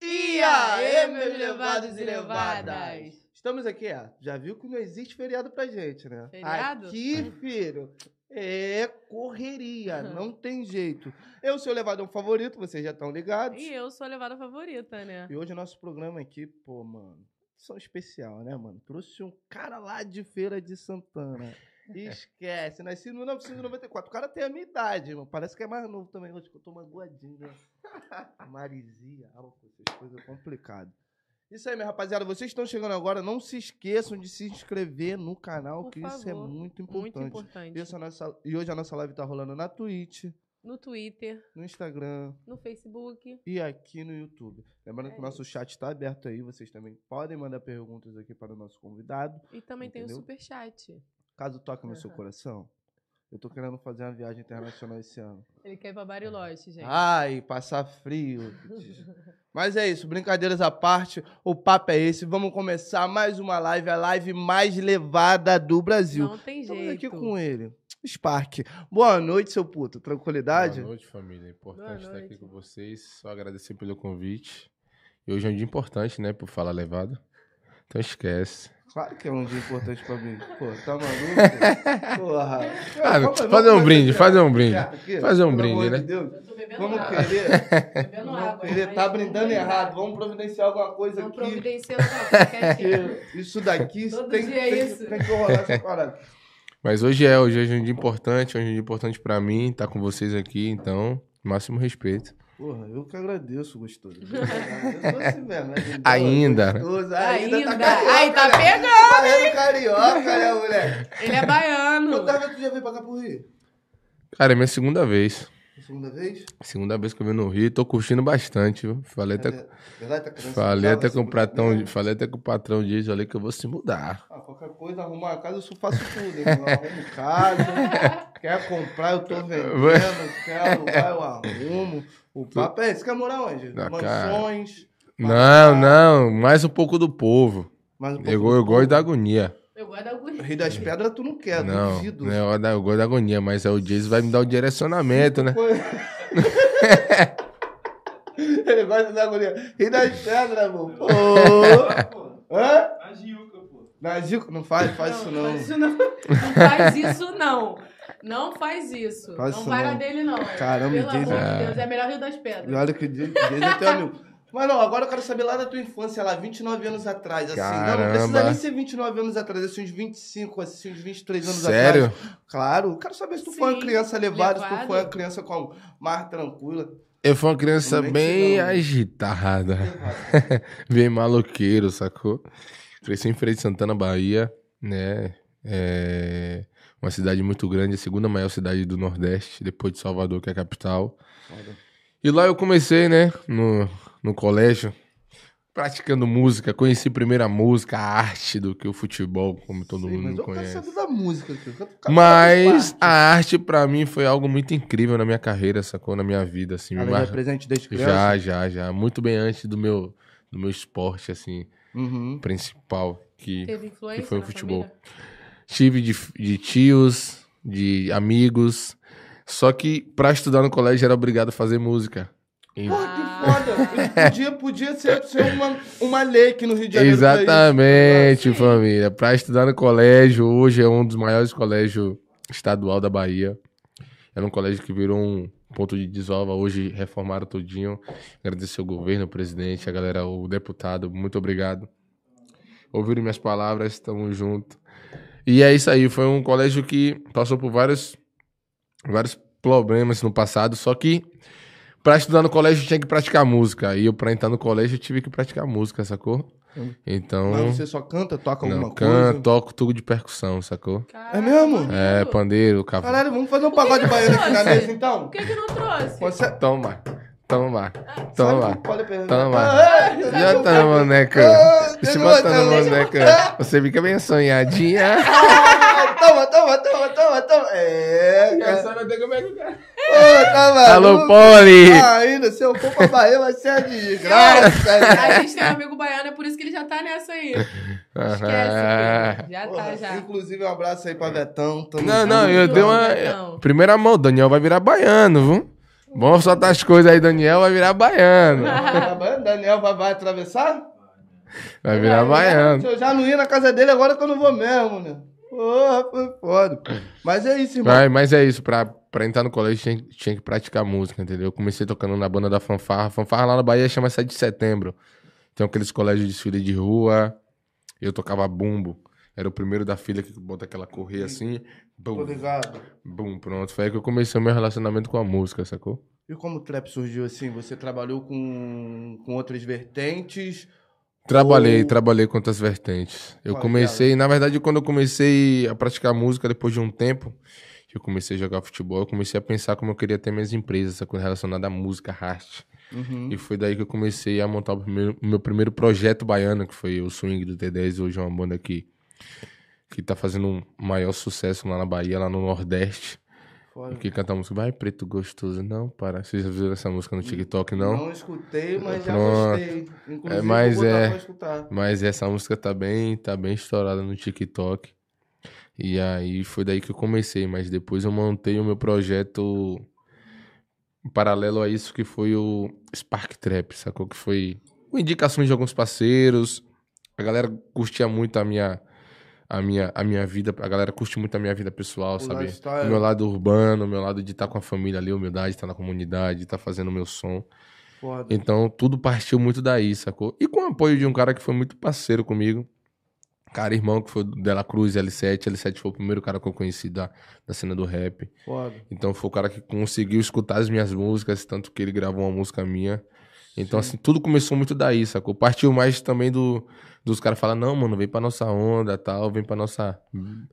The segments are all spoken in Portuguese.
dia! Ê, meus levados e levadas! Estamos aqui, ó. Já viu que não existe feriado pra gente, né? Feriado? Aqui, filho, é correria, não tem jeito. Eu sou o levadão favorito, vocês já estão ligados. E eu sou a levada favorita, né? E hoje o nosso programa aqui, pô, mano, são especial, né, mano? Trouxe um cara lá de Feira de Santana. Esquece, nasci em 1994. O cara tem a minha idade, mano. Parece que é mais novo também. Hoje que eu tô magoadinho, né? Marisia, álcool, essas coisas complicadas. Isso aí, minha rapaziada. Vocês estão chegando agora, não se esqueçam de se inscrever no canal, Por que isso é favor. muito importante. Muito importante. E, essa nossa- e hoje a nossa live tá rolando na Twitch, No Twitter, no Instagram, no Facebook. e aqui no YouTube. Lembrando É que o nosso chat está aberto aí, vocês também podem mandar perguntas aqui para o nosso convidado, E também tem o Entendeu? Superchat. caso toque no seu Aham. coração. Eu tô querendo fazer uma viagem internacional esse ano. Ele quer ir pra Ah, Bariloche, gente. Ai, passar frio. Mas é isso, brincadeiras à parte, o papo é esse. Vamos começar mais uma live, a live mais levada do Brasil. Não tem Estamos jeito. aqui com ele, Spark. Boa noite, seu puto. Tranquilidade? Boa noite, família. É importante Boa estar noite. aqui com vocês. Só agradecer pelo convite. E hoje é um dia importante, né? Por falar levado. Então esquece. Claro que é um dia importante pra mim. Pô, tá maluco? Porra. Ah, Vamos- vamos fazer um começar brinde, já. fazer um brinde. Certo, aqui? Fazer um Pelo brinde, amor de né? Deus. Eu tô bebendo Vamos água. querer. Bebendo Vamos água. querer. mas- é? Tá brindando errado. Vamos providenciar alguma coisa Não aqui. providenciando, não. quietinho. porque Isso daqui Todo tem, dia é tem, isso. tem que rolar essa parada. Mas hoje é, hoje é um dia importante. Hoje é um dia importante pra mim estar com vocês aqui. Então, máximo respeito. Porra, eu que agradeço, gostoso. Eu sou assim mesmo, né? Lindão, Ainda. gostoso. Ainda. Ainda tá carioca, Aí tá né? pegando. Baiano carioca, né, moleque? Ele é baiano. Quantas vezes tu já veio pra cá pro Rio? Cara, é minha segunda vez. Segunda vez? Segunda vez que eu venho no Rio. Tô curtindo bastante, viu? Falei até, Verdade, tá querendo se falei mudar, vai até com o se mudar patrão, mesmo? falei até com o patrão disso ali que eu vou se mudar. Ah, qualquer coisa, arrumar a casa, eu só faço tudo. Eu arrumo casa, quer comprar, eu tô vendendo, quer alugar, eu arrumo. O papo é esse. Quer morar onde? Na Mansões. Não, não, mais um pouco do povo. Mas um pouco Eu, do eu povo. gosto da agonia. Eu gosto da agonia. Rei das Pedras tu não quer, Não, duvido. não é hora da, eu gosto da agonia, mas aí o Jason vai me dar o direcionamento, né? Ele gosta da agonia. Rei das Pedras, amor. Pô. Hã? A Giuca, pô. Na Gico, não faz, faz isso não. Faz isso não. Não faz isso não. Não faz isso. Faz não isso vai na não. dele não. Caramba, Pelo amor Jason. de Deus, é melhor Rio das Pedras. E olha que o Jason é teu amigo. Mas não, agora eu quero saber lá da tua infância, lá, 29 anos atrás, assim. Não, não precisa Caramba. nem ser 29 anos atrás, assim, uns 25, assim, uns 23 anos atrás. Sério? Claro, eu quero saber se tu foi uma Sim, criança levada, se tu levado. foi uma criança com mais tranquila. Eu fui uma criança Realmente bem não. agitada, bem maloqueiro, sacou? Cresci em Feira de Santana, Bahia, né? É uma cidade muito grande, a segunda maior cidade do Nordeste, depois de Salvador, que é a capital. E lá eu comecei, né, no, no colégio, praticando música, conheci primeiro a música, a arte do que o futebol, como todo Sei, mas mundo eu conhece. quero saber da música. cara. Eu quero saber Mas Ah, da parte. a arte pra mim foi algo muito incrível na minha carreira, sacou? Na minha vida, assim. me Ela já é mar- presente desde criança? já, já, já. Muito bem antes do meu, do meu esporte, assim, Uhum. principal. Que Teve influência Que foi o na futebol. família? tive de, de tios, de amigos. Só que pra estudar no colégio era obrigado a fazer música. E- Porra, que foda. Isso podia, podia ser, ser uma, uma lei aqui no Rio de Janeiro. pra isso. Exatamente, Sim. família. Pra estudar no colégio, hoje é um dos maiores colégios estadual da Bahia. Era um colégio que virou um ponto de desova, hoje reformaram tudinho. Agradecer o governo, o presidente, a galera, o deputado, muito obrigado. Ouviram minhas palavras, tamo junto. E é isso aí, foi um colégio que passou por vários, vários problemas no passado, só que pra estudar no colégio tinha que praticar música. E eu, pra entrar no colégio, eu tive que praticar música, sacou? Então. Hum. Mas você só canta, toca Não, alguma canto, coisa? toco tudo de percussão, sacou? Caraca, É mesmo? maneiro. É, pandeiro, cavalo. Caralho, vamos fazer um pagode baiano aqui na trouxe? mesa, Por então? que que não trouxe? Você... Toma, toma, Sabe toma. que pode perguntar? Toma. Ah, é, Já tá na boneca. Ah, Se deixa eu bota botar, na deixa eu boneca. Você fica bem sonhadinha. Ah, Toma, toma, toma, toma, toma. É, cara. Ô, tá Alô, maluco? Poli. Ah, ainda, se eu for pra Bahia, vai ser a desgraça. né? A gente tem um amigo baiano, é por isso que ele já tá nessa aí. Esquece, filho. Já tá, Porra, já. Inclusive, um abraço aí pra Betão. tamo Não, junto. não, eu dei uma. Não. Primeira mão, Daniel vai virar baiano, viu? Bom, solta as coisas aí, Daniel vai virar baiano. Tá bom? Daniel vai, vai atravessar? Vai é. virar baiano. Se eu já não ia na casa dele, agora que eu não vou mesmo, né? Porra, foi foda. Mas é isso, irmão. Mas, mas é isso, pra, pra entrar no colégio tinha, tinha que praticar música, entendeu? Eu comecei tocando na banda da fanfarra. Fanfarra lá na Bahia chama 7 de setembro. Tem aqueles colégios de desfile de rua. Eu tocava bumbo. Era o primeiro da filha que bota aquela correr assim. Tô Bum, ligado. bum, pronto. Foi aí que eu comecei o meu relacionamento com a música, sacou? E como o trap surgiu assim? Você trabalhou com, com outras vertentes? Trabalhei, Ou- trabalhei com outras vertentes. Eu Qual comecei, na verdade, quando eu comecei a praticar música, depois de um tempo, que eu comecei a jogar futebol, eu comecei a pensar como eu queria ter minhas empresas, essa coisa relacionada à música, à arte. Uhum. E foi daí que eu comecei a montar o primeiro- o meu primeiro projeto baiano, que foi o Swing do T10, hoje é uma banda que, que tá fazendo um maior sucesso lá na Bahia, lá no Nordeste. Foda. Que canta a música, vai preto gostoso, não, para. Vocês já viram essa música no TikTok, não? Não escutei, mas já Pronto. gostei. Inclusive, É, mas vou botar é- pra escutar. Mas essa música tá bem, tá bem estourada no TikTok. E aí foi daí que eu comecei, mas depois eu montei o meu projeto paralelo a isso que foi o Spark Trap, sacou? Que foi com indicações de alguns parceiros. A galera curtia muito a minha a minha a minha vida, a galera curte muito a minha vida pessoal, O sabe? lifestyle. O meu lado urbano, o meu lado de estar com a família ali, humildade, estar na comunidade, estar fazendo o meu som. Foda. Então, tudo partiu muito daí, sacou? E com o apoio de um cara que foi muito parceiro comigo. Cara, irmão, que foi do Dela Cruz, L7. L7 foi o primeiro cara que eu conheci da, da cena do rap. Foda. Então, foi o cara que conseguiu escutar as minhas músicas, tanto que ele gravou uma música minha. Então, assim, tudo começou muito daí, sacou? Partiu mais também do, dos caras falar não, mano, vem pra nossa onda, tal, vem pra nossa...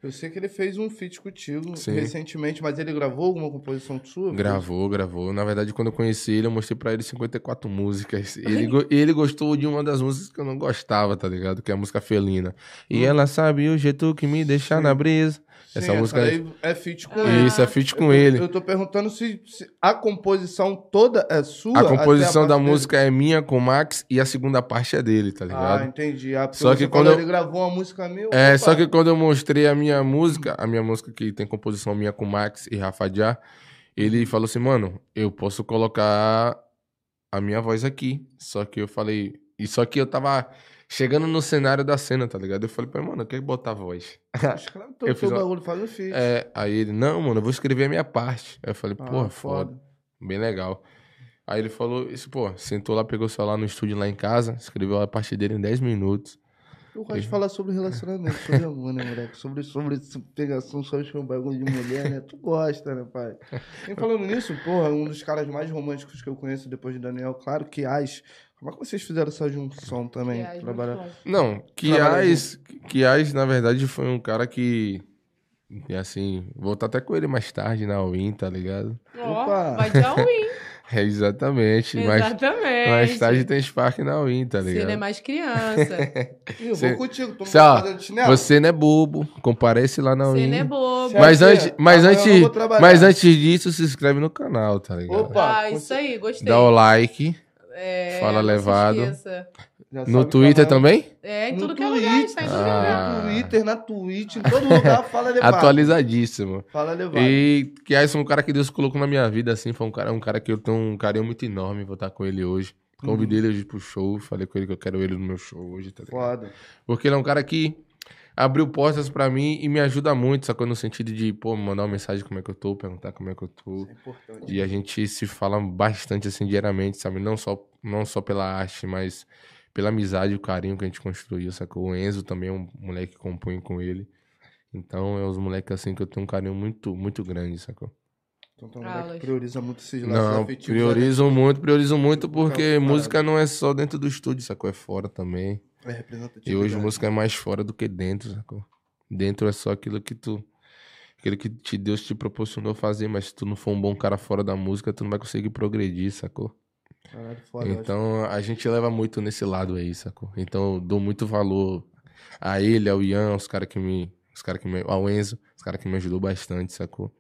Eu sei que ele fez um feat contigo Sim. recentemente, mas ele gravou alguma composição sua? Gravou, gravou. Na verdade, quando eu conheci ele, eu mostrei pra ele 54 músicas. Ele, go- ele gostou de uma das músicas que eu não gostava, tá ligado? Que é a música Felina. E Hum. ela sabe o jeito que me deixa na brisa. Sim, Essa música é- daí é feat com Ah. ele. Isso, é feat com Eu- ele. Eu tô perguntando se, se a composição toda é sua. a até composição parte da dele. música é minha com o Max e a segunda parte é dele, tá ligado? Ah, entendi. Ah, porque Só você que falou, quando eu- ele gravou uma música minha. É, só que quando eu mostrei a minha música, a minha música que tem composição minha com Max e Rafa Já, ele falou assim, mano, eu posso colocar a minha voz aqui. Só que eu falei. E só que eu tava chegando no cenário da cena, tá ligado? Eu falei pra ele, mano, eu quero botar a voz. Escreve teu, eu eu teu fiz uma- bagulho, faz um feat. É, aí ele, não, mano, eu vou escrever a minha parte. Aí eu falei, Ah, porra, foda. Bem legal. Aí ele falou isso, pô, sentou lá, pegou o celular no estúdio lá em casa, escreveu a parte dele em 10 minutos. Eu gosto de falar sobre relacionamento, sobre amor, né, moleque? Sobre, sobre essa pegação, sobre esse bagulho de mulher, né? Tu gosta, né, pai? E falando nisso, porra, um dos caras mais românticos que eu conheço depois de Daniel, claro, que As. Como é que vocês fizeram essa junção também? É, muito trabalhar... bom. Não, Trabalhar Kiais, Kiais, na verdade, foi um cara que. e assim, vou estar até com ele mais tarde na Win, tá ligado? Ó, Opa. vai dar ruim. É, exatamente. Mais, Exatamente. mais tarde tem Spark na Win, tá Se ele é ligado? mais criança. Ih, eu Cê- vou contigo, tô cê, ó, fazendo chinelo. Você não é bobo, comparece lá na se ele é Win. bobo. Certo. Mas antes, mas, Amanhã eu não vou antes, trabalhar. mas antes disso, se inscreve no canal, tá ligado? Opa. Ah, isso aí, gostei. Dá o like. É, Fala não se levado. esqueça. Já No sabe Twitter falar. também? É, em No tudo que é lugar, está em tudo que é lugar. Ah. No Twitter, na Twitch, em todo lugar, fala levado. Atualizadíssimo. Fala levado. E que aí foi um cara que Deus colocou na minha vida, assim, foi um cara, um cara que eu tenho um carinho muito enorme, vou estar com ele hoje. Convidei ele hoje pro show, falei com ele que eu quero ele no meu show hoje, tá ligado? Foda. Porque ele é um cara que abriu portas pra mim e me ajuda muito, sacou? No sentido de, pô, mandar uma mensagem como é que eu tô, perguntar como é que eu tô. Isso é importante. E a gente se fala bastante, assim, diariamente, sabe? Não só, não só pela arte, mas pela amizade e o carinho que a gente construiu, sacou? O Enzo também é um moleque que compõe com ele. Então, é os moleques, assim, que eu tenho um carinho muito, muito grande, sacou? Então, tu é um Ah, moleque que Luiz. prioriza muito esses laços Não, afetivos. priorizo muito, priorizo muito Então, porque parado. música não é só dentro do estúdio, sacou? É fora também. É representatividade. E hoje música é mais fora do que dentro, sacou? Dentro é só aquilo que tu. Aquilo que te, Deus te proporcionou fazer, mas se tu não for um bom cara fora da música, tu não vai conseguir progredir, sacou? Caralho, foda. Então... Então a gente leva muito nesse lado aí, sacou? Então eu dou muito valor a ele, ao Ian, os caras que me. Os cara que me. Ao Enzo, os caras que me ajudou bastante, sacou?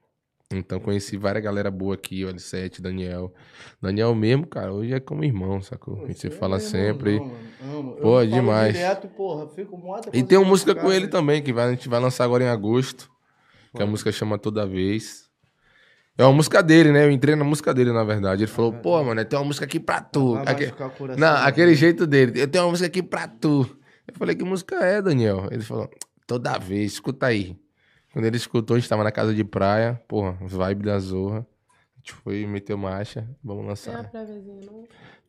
Então conheci várias galera boa aqui, o L7, Daniel. Daniel mesmo, cara, hoje é como irmão, sacou? A gente se é, fala sempre. Pô, Pô, demais. Direto, porra, fico mó E depositando tem uma música pro com cara, ele também, que vai- a gente vai lançar agora em agosto. Que a né? Foda. música chama Toda Vez. É uma música dele, né? Eu entrei na música dele, na verdade. Ele falou, pô, mano, eu tenho uma música aqui pra tu. Ah, Vai Aque- machucar o coração. Não, né? aquele jeito dele. Eu tenho uma música aqui pra tu. Eu falei, que música é, Daniel? Ele falou, toda vez, escuta aí. Quando ele escutou, a gente tava na casa de praia, porra, vibe da Zorra. A gente foi, meteu marcha, vamos Tem a lançar. préviazinha, não?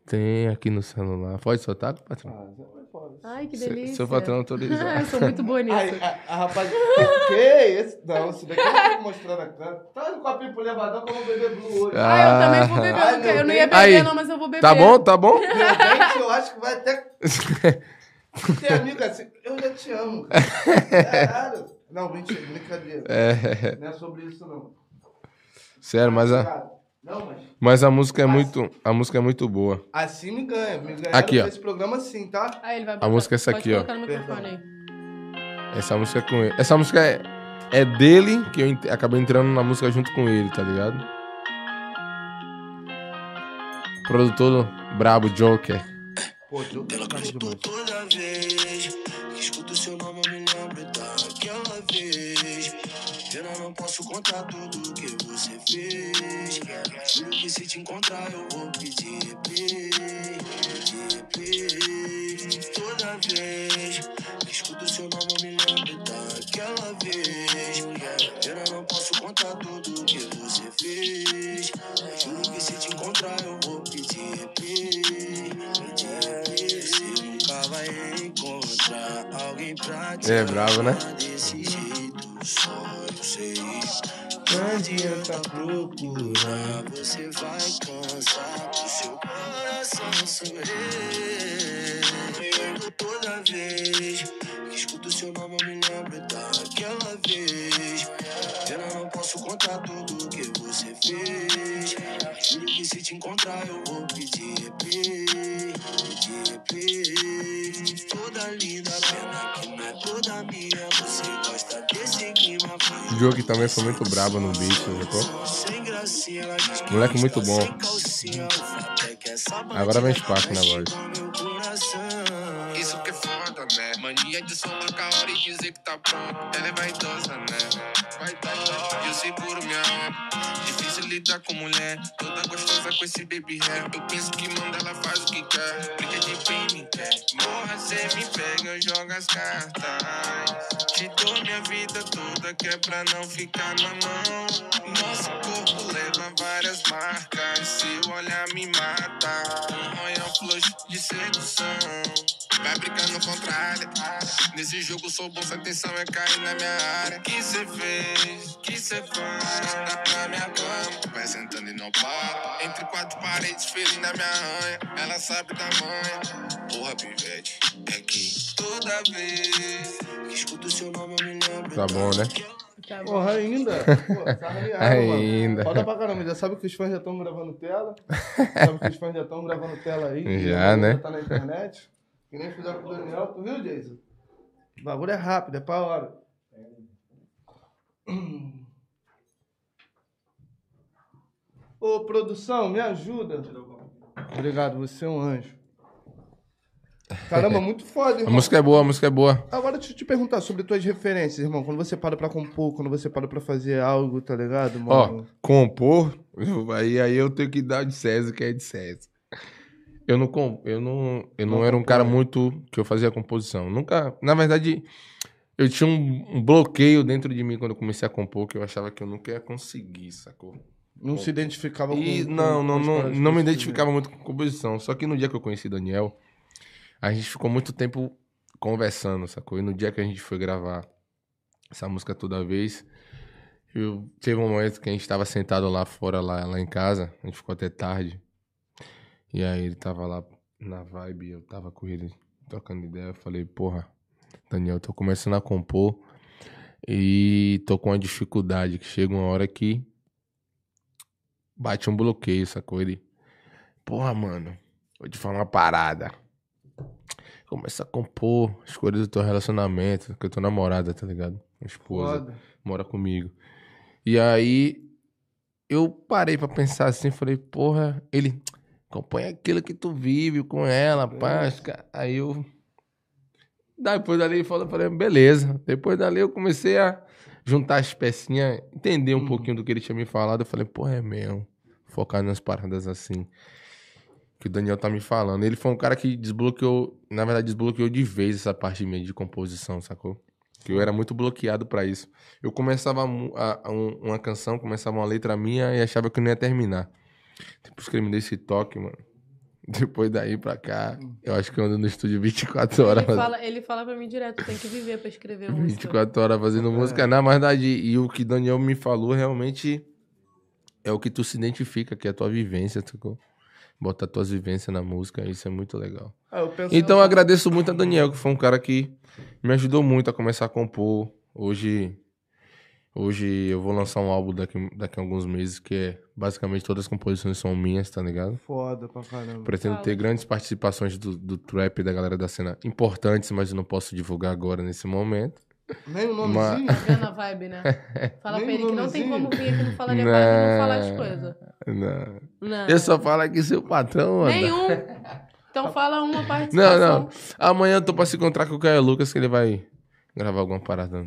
Tem aqui no celular. Pode soltar, patrão? Ah, não pode. Ai, que Se- delícia. Seu patrão Ah, eu autorizar. sou muito bonita. Ai, a, a rapaziada. O que é esse? Não, isso daqui eu não fico mostrando a cara. Tá um copinho pro levador como beber blue hoje. Ah, eu também vou beber. Ah, eu, não quero- eu não meu ia Deus. beber, Aí. não, mas eu vou beber. Tá bom, tá bom? De repente, eu acho que vai até. Tem amigo assim, eu já te amo. cara. Caralho. Não, mentira, brincadeira. É, Não é sobre isso, não. sério, mas a, Cara, Não, mas. mas a música é muito, a música é muito boa. Assim me ganha. Me ganha Aqui, ó. esse programa assim, tá? Aí ele vai botar- música é essa pode aqui, ó. colocar no microfone aí. Essa música é com ele. Essa música é, é dele, que eu ent- acabei entrando na música junto com ele, tá ligado? Produtor brabo, Joker. Pô, eu Ela gritou toda vez que escuto seu nome, eu me lembro daquela vez. Eu não- não posso contar tudo que você fez. Juro que se te encontrar, eu vou pedir replay. pedir replay. Toda vez que escuto seu nome, eu me lembro daquela vez. Eu não- não posso contar tudo que você fez. Juro que se te encontrar, eu vou pedir replay. pedir replay. Você nunca vai encontrar alguém pra te É, bravo, né? amar desse jeito. Só eu sei. Não adianta procurar, você vai cansar do seu coração sofrer. Toda vez que escuto seu nome, eu me lembro daquela vez. Eu não posso contar tudo que você fez. Juro que se te encontrar, eu vou pedir replay. Pedir replay. Toda linda, pena que não é toda minha. Você gosta desse clima, faz O Joker também foi muito brabo no beat, sacou? sem gracinha, ela diz que Moleque muito gosta bom. sem calcinha, o fato é que essa Agora vem batida Spark na mexe voz. com meu coração. Isso que é foda, né? Mania de socar a hora e dizer que tá pronto. Ela é vaidosa, né? Vaidosa. Eu seguro minha onda. Difícil lidar com mulher. Toda gostosa com esse baby hair. Eu penso que manda, ela faz o que quer. Brinca de bem, me quer. Morra, cê me pega, eu jogo as cartas. Te dou Então minha vida toda, que é pra não ficar na mão. Nosso corpo leva várias marcas. Seu olhar me mata. Um royal flush de sedução. Vai brigar no contrário. Nesse jogo sou bom, sua atenção é cair na minha área. Que cê fez, que cê faz na, na minha cama. Vai sentando e não para. Entre quatro paredes, feliz na minha ranha. Ela sabe da manha. Porra, pivete, é que toda vez Que escuto seu nome, eu me lembro. Tá bom, né? Tá bom. Porra, ainda? Pô, tá arranhado, mano. Ainda. Foda pra caramba, já sabe que os fãs já estão gravando tela. Sabe que os fãs já estão gravando tela aí. Já, né? Tá na internet. Que nem fizeram com o Daniel. Tu viu, Jason? O bagulho é rápido, é pra hora. Ô, produção, me ajuda. Obrigado, você é um anjo. Caramba, muito foda, A irmão. música é boa, a música é boa. Agora deixa eu te perguntar sobre tuas referências, irmão. Quando você para pra compor, quando você para pra fazer algo, tá ligado, Ó, mano? compor, eu- aí, aí eu tenho que dar de César, que é de César. Eu não, com- eu não, eu não, Não era um cara compõe. muito que eu fazia composição. Nunca, na verdade, eu tinha um, um bloqueio dentro de mim quando eu comecei a compor que eu achava que eu nunca ia conseguir, sacou? não se identificava com, E com- não, com não, as não, paradas não que me você identificava muito com composição. Só que no dia que eu conheci Daniel, a gente ficou muito tempo conversando, sacou? E no dia que a gente foi gravar essa música toda vez, eu teve um momento que a gente tava sentado lá fora, lá, lá em casa, a gente ficou até tarde. E aí ele tava lá na vibe, eu tava com ele trocando ideia, eu falei, porra, Daniel, eu tô começando a compor e tô com uma dificuldade que chega uma hora que bate um bloqueio, sacou? Ele, porra, mano, vou te falar uma parada. Começa a compor as coisas do teu relacionamento, que eu tô namorada, tá ligado? Minha esposa Foda. mora comigo. E aí eu parei pra pensar assim, falei, porra, ele acompanha aquilo que tu vive com ela, Páscoa. Aí eu. Depois dali ele falou, eu falei, beleza. Depois dali eu comecei a juntar as pecinhas, entender um Uhum. pouquinho do que ele tinha me falado. Eu falei, pô, é mesmo. Focar nas paradas assim. Que o Daniel tá me falando. Ele foi um cara que desbloqueou, na verdade, desbloqueou de vez essa parte minha de composição, sacou? Que eu era muito bloqueado pra isso. Eu começava mu- a- a um- uma canção, começava uma letra minha e achava que eu não ia terminar. Tipo, Depois que ele me deu esse toque, mano. Depois daí pra cá, eu acho que eu ando no estúdio 24 horas. Ele fala, ele fala pra mim direto, tem que viver pra escrever música. 24 horas fazendo música, na verdade, e o que Daniel me falou realmente é o que tu se identifica, que é a tua vivência, sacou? Botar tuas vivências na música, isso é muito legal. Ah, eu penso- Então eu agradeço muito a Daniel, que foi um cara que me ajudou muito a começar a compor. Hoje hoje eu vou lançar um álbum daqui, daqui a alguns meses, que é basicamente todas as composições são minhas, tá ligado? Foda pra caramba. Pretendo ter Fala. grandes participações do, do trap da galera da cena importantes, mas eu não posso divulgar agora nesse momento. Nem o nomezinho? Vendo a vibe, né? Fala pra Nem ele que não tem nomezinho. como vir aqui não falar de Não. vibe e não falar de coisa. Não. Não. Eu só falo aqui seu patrão, anda. Nenhum. Então fala uma participação. Não, não. Amanhã eu tô pra se encontrar com o Caio Lucas, que ele vai gravar alguma parada.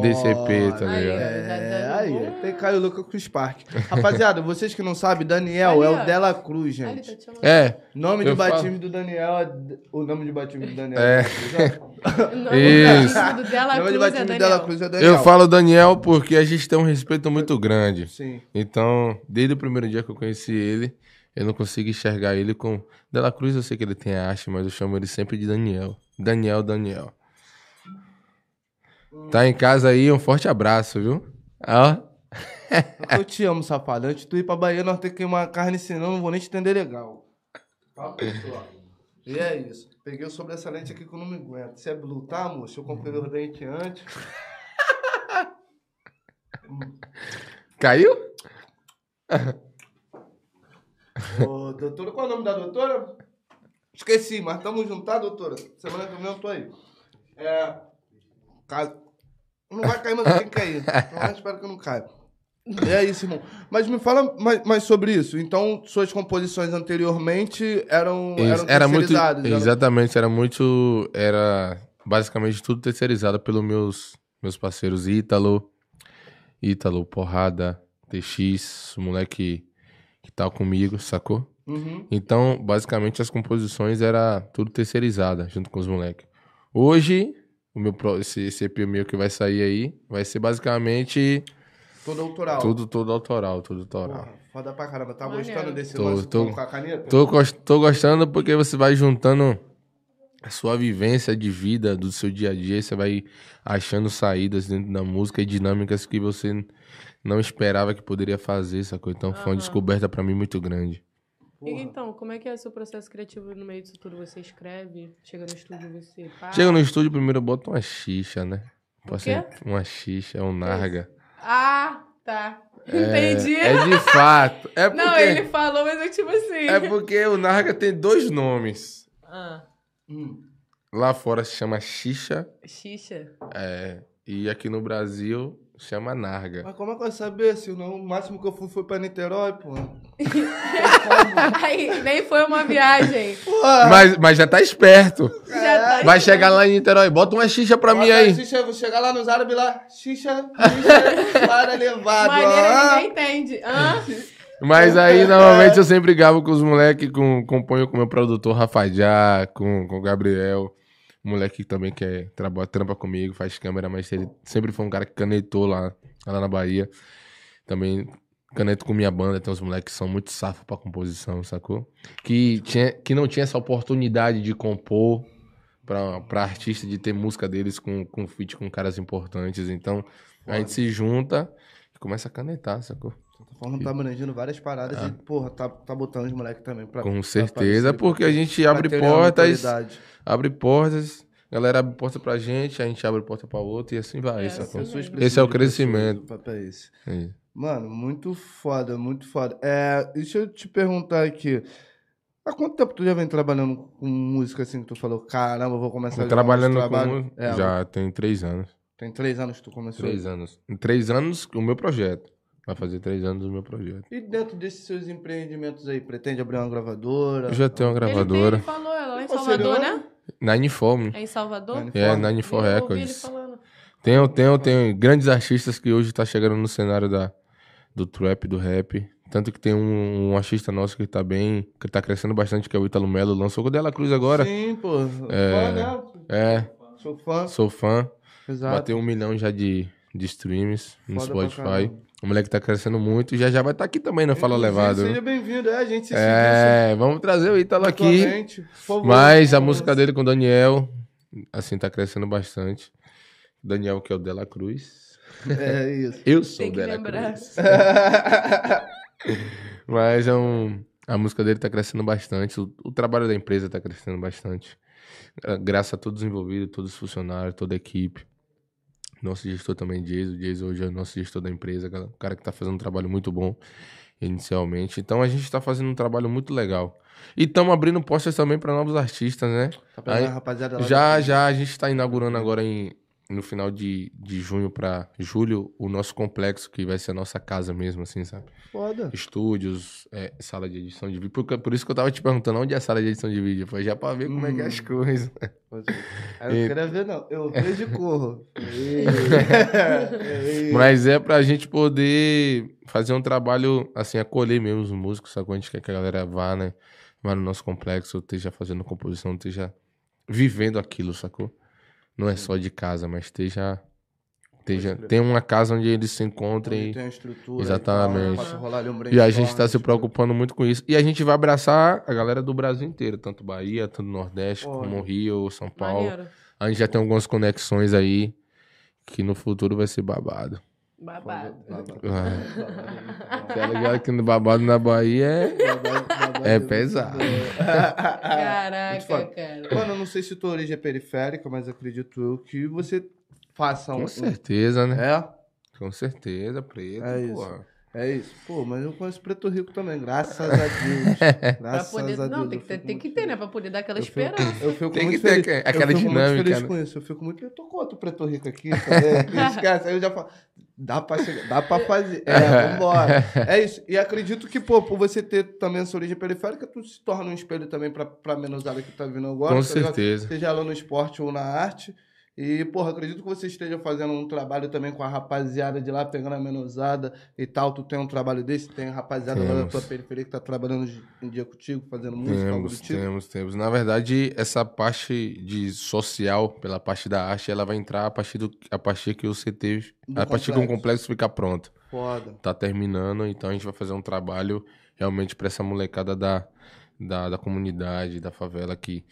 DCP, Aí, um- ó, tá ligado? já- É, já- aí, tem Caio Lucas com o Spark. Rapaziada, vocês que não sabem, Daniel é Ali, o ó. Dela Cruz, Ah, ele tá gente. te chamando. É, Nome de Eu falo. batismo do Daniel é. D- O nome de batismo do Daniel É. Não, Isso. O batismo do Dela O nome de batismo Cruz é do Daniel. Dela Cruz é Daniel. eu falo Daniel porque a gente tem um respeito muito grande. Sim. Então, desde o primeiro dia que eu conheci ele, eu não consigo enxergar ele com. Dela Cruz, eu sei que ele tem a arte, mas eu chamo ele sempre de Daniel. Daniel, Daniel. Tá em casa aí, um forte abraço, viu? Ó. Eu te amo, safado. Antes de tu ir pra Bahia, nós temos que queimar a carne, senão eu não vou nem te entender legal. Tá, pessoal? E é isso. Peguei o sobressalente aqui que eu não me aguento. Se é blue, tá, moço? Eu comprei o dente antes. Caiu? Ô, doutora, qual é o nome da doutora? Esqueci, mas tamo junto, tá, doutora? Semana que vem eu tô aí. É. Ca... Não vai cair, mas tem que cair. Então, eu espero que não caia. É isso, irmão. Mas me fala mais, mais sobre isso. Então, suas composições anteriormente eram, Isso, eram era muito terceirizadas, eram- exatamente era muito era basicamente tudo terceirizado pelos meus meus parceiros Ítalo Ítalo porrada TX o moleque que tá comigo sacou Uhum. então basicamente as composições era tudo terceirizada junto com os moleques hoje o meu pro- esse, esse EP meu que vai sair aí vai ser basicamente Todo autoral. tudo todo autoral tudo autoral Porra, foda pra caramba. Tá Maneiro. gostando desse Tô, lance tô. com a caneta? Tô, gos- tô gostando porque você vai juntando a sua vivência de vida, do seu dia a dia, você vai achando saídas dentro da música e dinâmicas que você n- não esperava que poderia fazer, sacou? Então foi Aham. uma descoberta pra mim muito grande. E Porra. então, como é que é o seu processo criativo no meio disso tudo? Você escreve, chega no estúdio, você para. Chega no estúdio, primeiro eu boto uma xixa, né? Pode quê? ser uma xixa, um narga. Ah, tá. Entendi. É, é de fato. É porque, Não, ele falou, mas eu tipo assim. é porque o narga tem dois nomes. Ah, Hum. Lá fora se chama xixa xixa. é, e aqui no Brasil chama narga. Mas como é que eu vou saber se não, o máximo que eu fui foi pra Niterói, porra? Aí, nem foi uma viagem. Porra! Mas, mas já tá esperto. Já tá Vai chegar lá em Niterói. Bota uma xixa pra mim Bota a aí. Xixa, vou chegar lá nos árabes lá. Xixa, xixa, para levado. Maneira ah. ninguém entende. Hã? Mas aí, normalmente, eu sempre gravo com os moleques, com, componho com o meu produtor Rafa Já, com, com o Gabriel. Moleque que também que é, traba- trampa comigo, faz câmera, mas ele sempre foi um cara que canetou lá, lá na Bahia. Também caneto com minha banda, tem uns moleques que são muito safos pra composição, sacou? Que, tinha, que não tinha essa oportunidade de compor pra, pra artista, de ter música deles com, com feat com caras importantes. Então, a gente se junta e começa a canetar, sacou? Tô falando, tá abrangendo várias paradas e, porra, tá, tá botando os moleques também pra. Com pra certeza, aparecer, porque a gente pra abre terem uma portas, notoriedade. abre portas, a galera abre porta pra gente, a gente abre porta pra outra e assim vai. É, sacou? assim Pessoas Esse precisam é o de crescimento. pessoas, o papo é esse. É. Mano, muito foda, muito foda. É, deixa eu te perguntar aqui. Há quanto tempo tu já vem trabalhando com música assim que tu falou, caramba, eu vou começar a Tô jogar Trabalhando esse trabalho? com. É, já tem três anos. Tem três anos que tu começou. Três anos. Em três anos, o meu projeto. Vai fazer três anos o meu projeto. E dentro desses seus empreendimentos aí, pretende abrir uma gravadora? Eu já tenho uma Ele, tem, gravadora. ele falou, é lá em Qual Salvador, seria o né? Nine Form. É em Salvador? Nine É, Form? Nine Form Eu ouvi ele Records. falando. Tem, tem, tem grandes artistas que hoje tá chegando no cenário da, do trap, do rap. Tanto que tem um, um artista nosso que tá bem, que tá crescendo bastante, que é o Italo Melo, lançou com o Dela Cruz agora. Sim, pô. Fã, né? É, Sou fã. sou fã. Exato. Bateu um milhão já de, de streams no Foda pra Spotify. caramba. O moleque tá crescendo muito e já já vai estar aqui também, não fala Inclusive, levado. né? Seja bem-vindo, é, a gente se É, vamos trazer o Ítalo seguiu aqui. mutuamente. Por favor, Mas a vamos. música dele com o Daniel, assim, tá crescendo bastante. Daniel, que é o Dela Cruz. É isso. Tá Eu sou Tem o que Dela lembrar. Cruz. Mas é um. A música dele tá crescendo bastante. O, o trabalho da empresa tá crescendo bastante. Gra- Graças a todos os envolvidos, todos os funcionários, toda a equipe. Nosso gestor também, Jason. O Jason hoje é o nosso gestor da empresa, cara- o cara que tá fazendo um trabalho muito bom inicialmente. Então a gente tá fazendo um trabalho muito legal. E estamos abrindo postas também para novos artistas, né? Tá pegando Aí, a rapaziada lá Já, do- já, a gente está inaugurando agora em, no final de, de junho para julho o nosso complexo, que vai ser a nossa casa mesmo, assim, sabe? Foda. Estúdios, é, sala de edição de vídeo. Por, por isso que eu tava te perguntando onde é a sala de edição de vídeo. Foi já pra ver como é que é as Hum. coisas. Aí eu não E- queria ver, não. Eu vejo e corro. Mas é pra gente poder fazer um trabalho, assim, acolher mesmo os músicos, sacou? A gente quer que a galera vá, né? Vá no nosso complexo, esteja fazendo composição, esteja vivendo aquilo, sacou? Não é só de casa, mas esteja. esteja crer. tem uma casa onde eles se encontrem. Onde tem a estrutura. Exatamente. E, tal, posso rolar ali um E a gente tá brainstorm, se preocupando muito com isso. E a gente vai abraçar a galera do Brasil inteiro, tanto Bahia, tanto Nordeste, Olha. como Rio, São Paulo. Maneiro. A gente já tem algumas conexões aí que no futuro vai ser babado. Babado. Tá ligado que no babado na Bahia é. É É pesado. Caraca, Ah, foda. cara. Mano, eu não sei se tua origem é periférica, mas acredito eu que você faça um. Com certeza, né? É? Com certeza, preto. É isso. porra. É isso. Pô, mas eu conheço Preto Rico também, graças a Deus. Pra Graças poder. a Deus. Não, tem eu que, ter, fico tem muito que ter, feliz. né? Pra poder dar aquela Eu fico- esperança. Eu fico Tem muito que ter feliz. que- aquela eu fico dinâmica, Muito feliz né? com isso. Eu fico muito. Eu tô contra o Preto Rico aqui, sabe? Não Esquece. Aí eu já falo. Dá pra, chegar, dá pra fazer. É, vambora. É isso. E acredito que, pô, por você ter também essa origem periférica, tu se torna um espelho também pra, pra menosada que tá vindo agora. Com tá ligado? certeza. seja ela no esporte ou na arte. E, porra, acredito que você esteja fazendo um trabalho também com a rapaziada de lá, pegando a menosada e tal. Tu tem um trabalho desse, tem a rapaziada lá da Temos. tua periferia que tá trabalhando de- em dia contigo, fazendo música, algo do Temos, tipo. temos, temos. Na verdade, essa parte de social, pela parte da arte, ela vai entrar a partir, do, a partir que o CT. Do A partir que o complexo. complexo ficar pronto. Foda. tá terminando, então a gente vai fazer um trabalho realmente pra essa molecada da, da, da comunidade, da favela que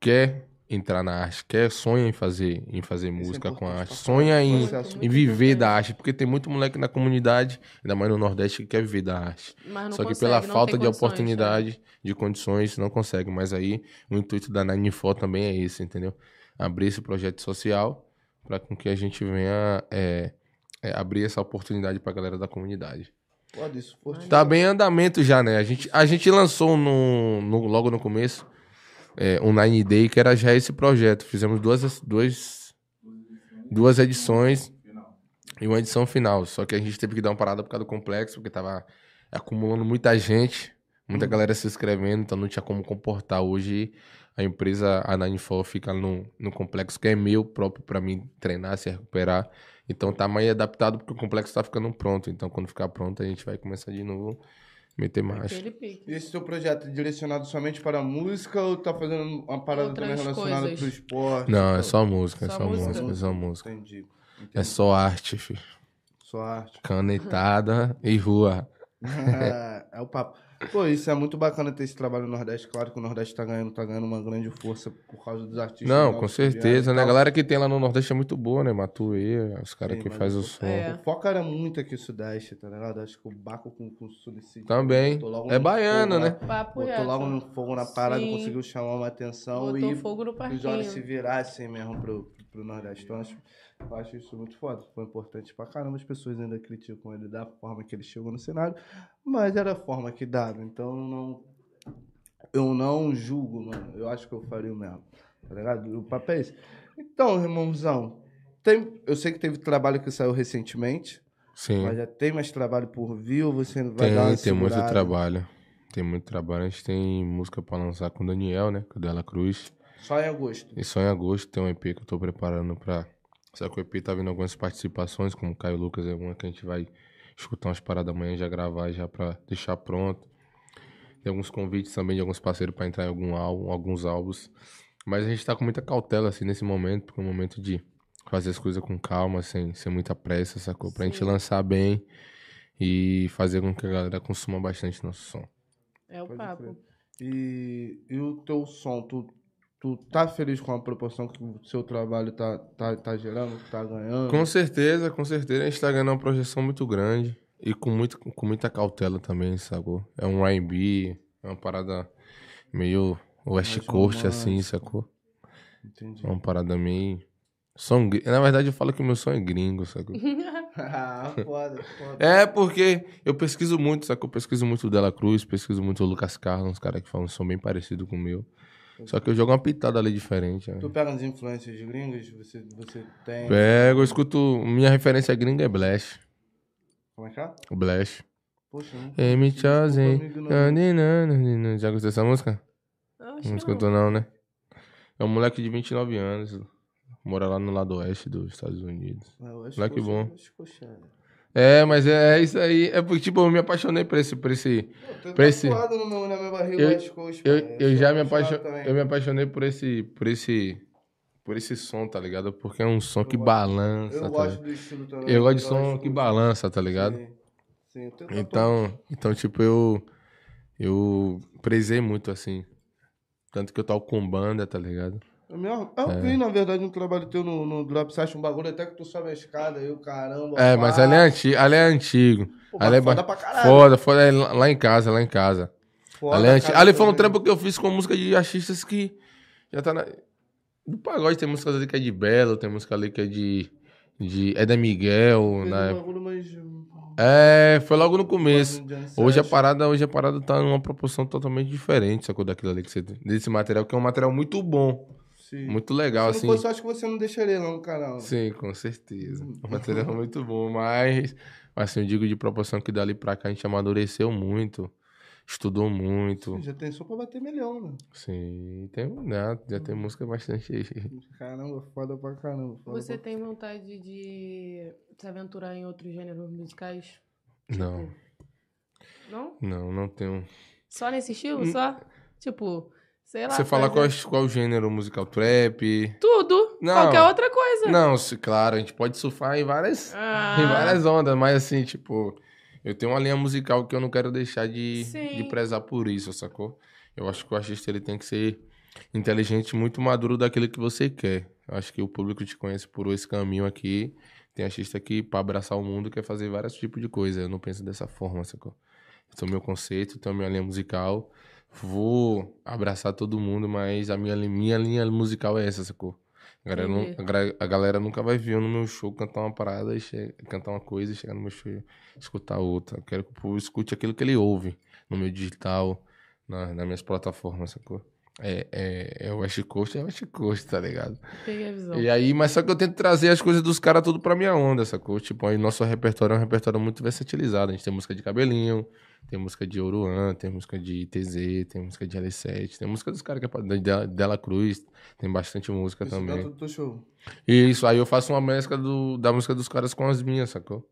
quer entrar na arte, quer sonha em fazer em fazer é música com a importante arte, pra sonha em, Esse assunto em viver da arte, porque tem muito moleque na comunidade, ainda mais no Nordeste que quer viver da arte. Mas Ah, não Só que consegue, pela não tem falta de condições, né? oportunidade, de condições, não consegue. Mas aí o intuito da Nine For também é esse, entendeu? Abrir esse projeto social para com que a gente venha é, é, abrir essa oportunidade para a galera da comunidade. Foda isso. Forte. Tá bem em andamento já, né? A gente, a gente lançou no, no- logo no começo é, um Nine Day, que era já esse projeto. Fizemos duas, dois, duas edições e uma edição final. Só que a gente teve que dar uma parada por causa do complexo, porque tava acumulando muita gente, muita Uhum. galera se inscrevendo, então não tinha como comportar. Hoje a empresa, a Nine Four, fica no, no complexo que é meu próprio pra mim treinar, se recuperar. Então tá mais adaptado porque o complexo tá ficando pronto. Então quando ficar pronto, a gente vai começar de novo meter Né? marcha. Aquele pique. E esse teu projeto é direcionado somente para a música ou tá fazendo uma parada Outras também relacionada coisas. pro esporte? Não, é só música, é Só só música. música, é só música. Entendi. Entendi. É só arte, filho. Só arte. Canetada e rua. é é o papo. Pô, isso é muito bacana ter esse trabalho no Nordeste. Claro que o Nordeste tá ganhando, tá ganhando uma grande força por causa dos artistas. Não, novos com que vieram certeza, e né? A tal. galera que tem lá no Nordeste é muito boa, né? Matuê, os caras Sim, que mas faz eu- o som. É. O foco era muito aqui o Sudeste, tá ligado? Acho que o Baco com, com o Sulicídio. Também. botou logo É um baiano, fogo na- né? Papo Botou reto. logo um fogo na parada, Sim. conseguiu chamar uma atenção Botou e fogo no os olhos se parquinho. virassem mesmo pro, pro Nordeste. Então, acho, eu acho isso muito foda. Foi importante pra caramba. As pessoas ainda criticam ele da forma que ele chegou no cenário, mas era a forma que dava. Então, eu não, eu não julgo, mano. Eu acho que eu faria o mesmo. Tá ligado? O papel é esse. Então, irmãozão, tem, eu sei que teve trabalho que saiu recentemente, Sim. mas já tem mais trabalho por vir ou você vai Tem, dar uma tem muito segurada? trabalho. Tem muito trabalho. A gente tem música pra lançar com o Daniel, né? Com o Dela Cruz. Só em agosto. E só em agosto tem um EP que eu tô preparando pra Só que o EP tá vindo algumas participações, como Caio Lucas é uma que a gente vai escutar umas paradas amanhã, já gravar já pra deixar pronto. Tem alguns convites também de alguns parceiros pra entrar em algum álbum, alguns álbuns. Mas a gente tá com muita cautela, assim, nesse momento, porque é um momento de fazer as coisas com calma, sem, sem muita pressa, sacou? Pra gente Sim. lançar bem e fazer com que a galera consuma bastante nosso som. É o Pode papo. E, e o teu som, tu, tu tá feliz com a proporção que o seu trabalho tá, tá, tá gerando, que tá ganhando? Com certeza, com certeza. A gente tá ganhando uma projeção muito grande e com, muito, com muita cautela também, sacou? É um R&B, é uma parada meio West Mais Coast, assim, romântico. sacou? Entendi. É uma parada meio... Som... gr- Na verdade, eu falo que meu som é gringo, sacou? ah, foda, foda. É, porque eu pesquiso muito, sacou? Eu pesquiso muito o Dela Cruz, pesquiso muito o Lucas Carlos, uns caras que falam que são bem parecidos com o meu. Só que eu jogo uma pitada ali diferente, né? Tu pega as influências gringas, você, você tem... Pego, eu escuto... Minha referência gringa é Blash. Como é que é? O Blash. Poxa, não... M. Desculpa, Chosen. amigo, não- Nananana. Já gostou dessa música? Acho Não que escutou não, né? É um moleque de 29 anos, mora lá no lado oeste dos Estados Unidos. Ah, eu acho Moleque que eu- bom. eu acho né? que eu chamo. É, mas é, é isso aí. É porque, tipo, eu me apaixonei por esse... Por esse Pô, tu Pra tá esse- tatuado no meu, na minha barriga, Eu- West Coast, eu, pai. eu sou já me apaixonado apaixonei, é também. eu me apaixonei por esse, por esse, por esse som, tá ligado? Porque é um som que gosto- balança, Eu tá gosto ligado? do estilo também. Eu gosto de eu som gosto que do- balança, tá ligado? Sim, sim. eu tenho tatuagem. Então, então tipo, eu eu prezei muito assim. Tanto que eu toco com banda, tá ligado? Eu, me arru- eu É. vi, na verdade, É um trabalho teu no, no Drop Site, um bagulho até que tu sobe a escada aí, o caramba. É, mas ali é pá. antigo, ali é antigo. Pô, mas Ali é foda ba- pra caralho. Foda, foda, é lá lá em casa, lá em casa. Foda, Ali, é antigo. cara, Ali foi um também. trampo que eu fiz com música de artistas que já tá na. Do pagode tem música ali que é de Belo, tem música ali que é de. de é da Miguel, Fez um né? bagulho mais- hum, É, foi logo no começo. mais de ansiedade. Hoje é a parada, hoje a parada tá numa proporção totalmente diferente, sacou? Daquilo ali que você. Desse material, que é um material muito bom, Sim. muito legal, Se assim. não fosse, eu acho que você não deixaria lá no canal. Sim, com certeza. O material é muito bom, mas, mas assim, eu digo de proporção que dali pra cá a gente amadureceu muito, estudou muito. Já tem só pra bater milhão, né? Sim, tem, né, já tem música bastante. Caramba, foda pra caramba. Foda Você pra... tem vontade de se aventurar em outros gêneros musicais? Tipo, Não, Não? não, não tenho. Só nesse estilo? Só? Tipo, sei lá. Hum. é Você fala qual, fazer qual gênero musical? Trap? Tudo. Não. Qualquer outra coisa. Não, se- claro, a gente pode surfar em várias, Ah, em várias ondas, mas assim, tipo, eu tenho uma linha musical que eu não quero deixar de, Sim. de prezar por isso, sacou? Eu acho que o artista ele tem que ser inteligente, muito maduro daquilo que você quer. Eu acho que o público te conhece por esse caminho aqui. Tem artista que, pra abraçar o mundo, quer fazer vários tipos de coisa. Eu não penso dessa forma, sacou? Eu tenho meu conceito, tenho minha linha musical. Vou abraçar todo mundo, mas a minha, li- minha linha musical é essa, sacou? A galera, nu- Entendi. a gra- a galera nunca vai vir no meu show cantar uma parada, e che- cantar uma coisa e chegar no meu show e escutar outra. Eu quero que o povo escute aquilo que ele ouve no meu digital, na, nas minhas plataformas, sacou? É, é, é o West Coast, é o West Coast, tá ligado? Peguei a visão. E aí, mas só que eu tento trazer as coisas dos caras tudo pra minha onda, sacou? Tipo, aí nosso repertório é um repertório muito versatilizado. A gente tem música de cabelinho, tem música de Oruan, tem música de TZ, tem música de L7, tem música dos caras que é pra- da- Dela Cruz, tem bastante música Isso também. dentro do teu show. E isso, aí eu faço uma mescla do- da música dos caras com as minhas, sacou?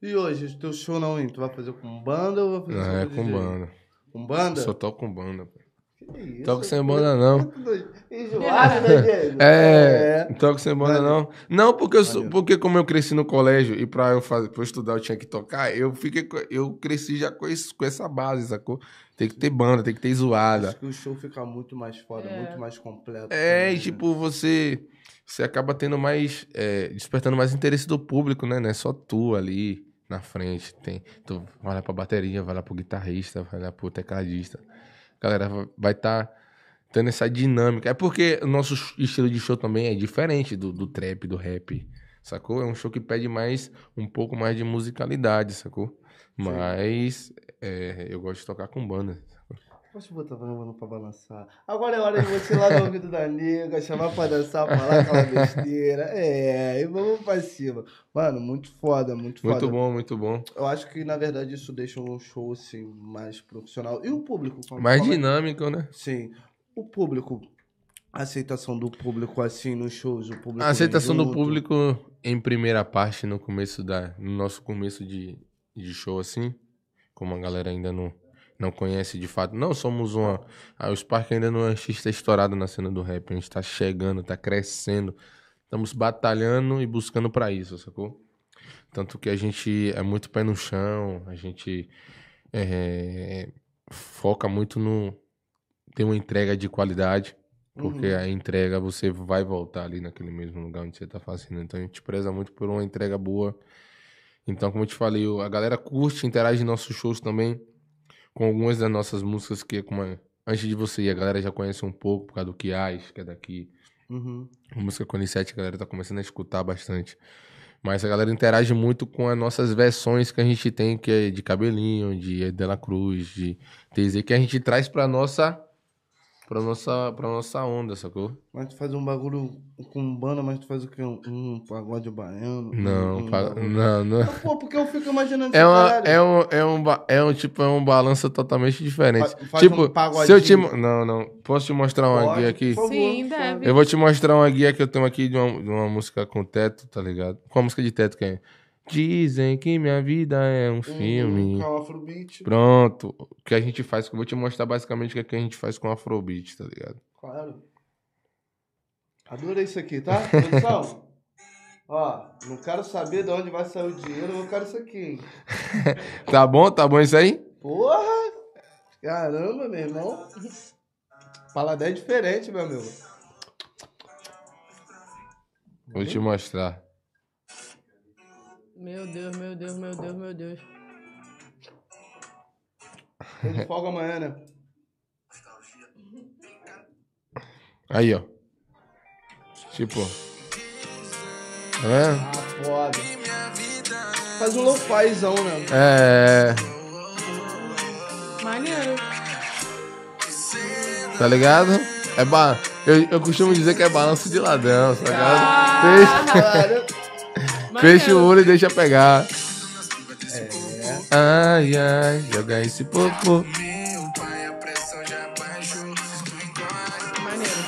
E hoje, teu show não, hein? Tu vai fazer com banda ou vai fazer só É, com com DJ? banda. Com banda? Só toco com banda. pô. Que isso? Tá Toco sem banda, não. Enjoado, né, Diego? É, não toco sem banda, Valeu. não. Não, porque, eu sou- Valeu. porque como eu cresci no colégio e pra eu, fazer, pra eu estudar eu tinha que tocar, eu, fiquei, co- eu cresci já com, esse- com essa base, sacou? Tem que ter banda, tem que ter Acho zoada. que o show fica muito mais foda, É. muito mais completo. É, também, e né? tipo, você, você acaba tendo mais. é, despertando mais interesse do público, né? Não é só tu ali na frente. Tem, tu vai lá pra bateria, vai lá pro guitarrista, vai lá pro tecladista. Galera, va- vai estar tendo essa dinâmica. É porque o nosso sh- estilo de show também é diferente do, do trap, do rap, sacou? É um show que pede mais, um pouco mais de musicalidade, sacou? Mas é, eu gosto de tocar com banda. Posso botar pra mano pra balançar? Agora é hora de você ir lá no ouvido da nega, chamar pra dançar, falar aquela besteira. É, e vamos pra cima. Mano, muito foda, muito foda. Muito bom, muito bom. Eu acho que, na verdade, isso deixa um show, assim, mais profissional. E o público? como é? Mais fala? dinâmico, né? Sim. O público aceitação do público assim nos shows? O público A aceitação do junto? público em primeira parte, no começo da. No nosso começo de, de show, assim. Como a galera ainda não, não conhece de fato. Não somos uma. Ah, o Spark ainda não é um artista estourado na cena do rap. A gente tá chegando, tá crescendo. Estamos batalhando e buscando pra isso, sacou? Tanto que a gente é muito pé no chão, a gente eh, foca muito no. ter uma entrega de qualidade. Porque é. Uhum. a entrega você vai voltar ali naquele mesmo lugar onde você tá fazendo. Então a gente preza muito por uma entrega boa. Então, como eu te falei, o- a galera curte, interage em nossos shows também. Com algumas das nossas músicas que, como é- antes de você ir, a galera já conhece um pouco por causa do Kiais, que é daqui. Uhum. Música com Inset, a galera tá começando a escutar bastante. Mas a galera interage muito com as nossas versões que a gente tem, que é de Cabelinho, de Dela Cruz, de TZ, que a gente traz pra nossa, pra nossa, pra nossa onda, sacou? Mas tu faz um bagulho com banda, mas tu faz o quê? Um, um pagode baiano? Não, um, um pa- bagulho- não, não. Ah, Pô, porque eu fico imaginando É, esse uma, caralho. é, um, é, um, ba- é um tipo, é um balanço totalmente diferente. Fa- faz tipo, um pagodinho. se eu te. mo- Não, não. Posso te mostrar uma Pode, guia aqui? por favor, Sim, por favor. deve. Eu vou te mostrar uma guia que eu tenho aqui de uma, de uma música com teto, tá ligado? Com a música de teto que é. Dizem que minha vida é um Um, filme. um Afrobeat. Pronto. O que a gente faz, que eu vou te mostrar basicamente o que a gente faz com Afrobeat, tá ligado? Claro. Adorei isso aqui, tá? Produção? Ó, não quero saber de onde vai sair o dinheiro, eu quero isso aqui, hein? Tá bom? Tá bom isso aí? Porra! Caramba, meu irmão. Paladar é diferente, meu amigo. Vou te mostrar. Meu Deus, meu Deus, meu Deus, meu Deus. Tô de folga amanhã, né? Aí, ó. Tipo. Tá vendo? Ah, foda. Faz um low-fizão, né? É. Maneiro. Tá ligado? É ba... eu, eu costumo dizer que é balanço de ladrão, tá ligado? Ah, Cara, maneiro. Fecha, fecha o olho e deixa pegar. É. Ai, ai, joga esse popô. Meu pai, a pressão já baixou. Tu engorda. Maneiro.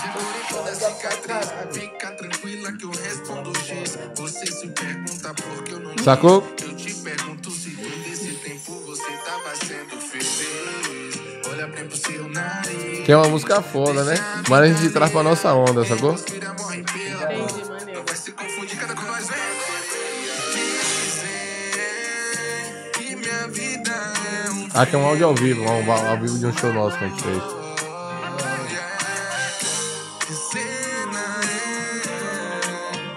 Segure toda a cicatriz, fica tranquila que eu respondo X. Você se pergunta por que eu não. Sacou? Eu te pergunto se todo esse tempo você tava sendo feliz. Olha bem pro seu nariz. Que é uma música foda, né? Mas a gente traz pra nossa onda, sacou? Respira, morre pela. Entendi, maneiro. Vai se confundir cada coisa mais vem. Dizem que minha vida é um Aqui é um áudio ao vivo, um ao ao vivo de um show nosso que a gente fez. cena,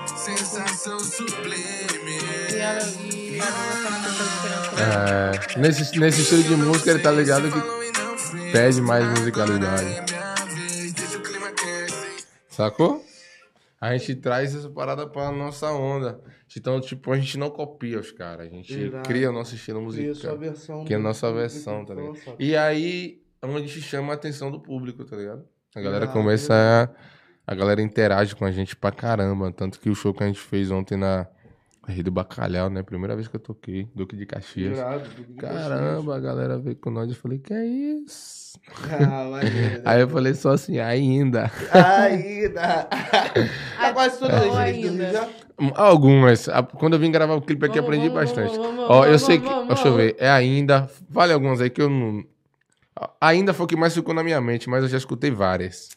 é sensação sublime. E ela e ela tá com diferença. É, nesse, nesse estilo de música ele tá ligado que pede mais musicalidade, sacou? A gente traz essa parada pra nossa onda. Então, tipo, a gente não copia os caras, a gente Irado. cria o nosso estilo cria sua musical. versão. Que é a do- nossa do- do- versão, do- tá do- ligado? lançado. E aí, é onde se chama a atenção do público, tá ligado? A galera Irado, começa a. A galera interage com a gente pra caramba. Tanto que o show que a gente fez ontem na Rede do Bacalhau, né? Primeira vez que eu toquei, Duque de Caxias. Irado, do- do- do- Caramba, a galera veio com nós. Eu falei, que é isso? Ah, maneiro. Aí eu falei só assim, ainda. Ainda. Tá quase todas as Ou gírias do Rio ainda. já? Hum, Algumas. A- Quando eu vim gravar o clipe aqui, eu Vamos, aprendi vamos, bastante. vamos, vamos, Ó, eu vamos, sei que. vamos, Deixa eu vamos. ver. É ainda. Vale algumas aí que eu não. a- Ainda foi o que mais ficou na minha mente, mas eu já escutei várias.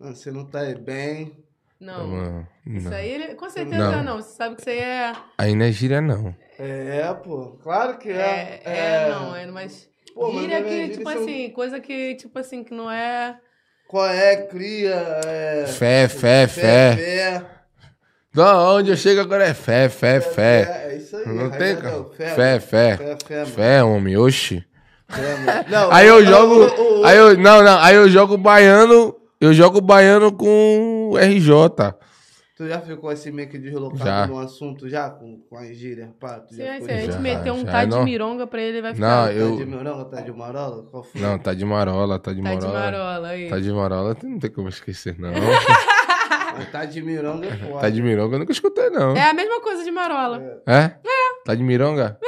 Ah, Você não tá aí bem. Não. Mano, não. Isso aí, ele- com certeza Não. não. Você sabe que isso aí é. Aí não é gíria, não. É, pô. Claro que É, é. é, não, é, mas. Pô, mas gíria na que, verdade, tipo eles são- assim, coisa que, tipo assim, que não é. Qual é, cria? É... Fé, fé, Fé, fé. fé. Da onde eu chego agora é fé, fé, fé. É isso aí. Não Raimundo, tem, cara? Fé, Fé, fé. fé. Fé, mano. Fé, homem, oxi. Fé, mano. Não, Aí eu o- o- jogo. o- Aí eu, não, não. Aí eu jogo baiano. Eu jogo baiano com RJ. Tu já ficou assim meio que deslocado Já. no assunto já? Com, com as gírias, pá? Tu Se já a ficou gente Já, meter um já, tá não. de mironga pra ele, ele vai Não, ficar. Tá de eu. Mironga, tá de Marola? Qual foi? Não, tá de marola, tá de tá de marola. marola aí. Tá de marola, tu não tem como esquecer, não. Tá de Mironga é foda. Tá de mironga, eu nunca escutei, não. É a mesma coisa de marola. É? Tá de É? mironga?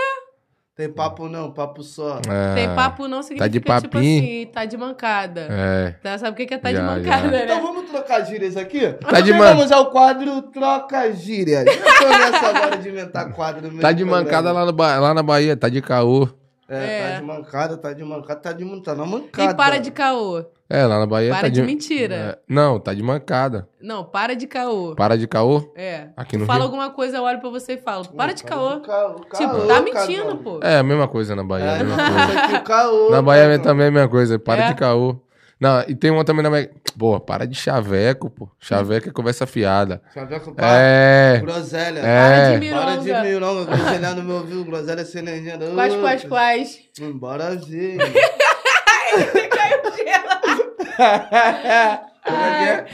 Tem papo não, papo só. É, Tem papo não significa, de tipo papinho. assim, tá de mancada. É. Tá, sabe o que que é tá de Já, mancada, né? Então vamos trocar gírias aqui? Tá de man- Vamos ao quadro Troca Gírias. Eu tô nessa hora de inventar quadro mesmo. Tá de mancada lá, no Ba- lá na Bahia, tá de caô. É, tá É. de mancada, tá de mancada, tá de tá na mancada. E para de caô. É, lá na Bahia Para tá de mentira. É, não, tá de mancada. Não, para de caô. Para de caô É. aqui no Fala Rio. alguma coisa, eu olho pra você e falo, para de caô. caô, Tipo, caô, tá caô. mentindo, pô. É a mesma coisa na Bahia. É, a É, mesma não, coisa. isso aqui é caô. Na Bahia cara. também é a mesma coisa, para É? de caô. Não, e tem uma também na Bahia. Pô, para de chaveco, pô. Chaveco é conversa fiada. Chaveco, pá, É. Groselha. né? Para de É. Para de mironga. mil, não. Groselha no meu ouvido, groselha sem energia. não. Quais, quais, quais? Bora ver. é Ai,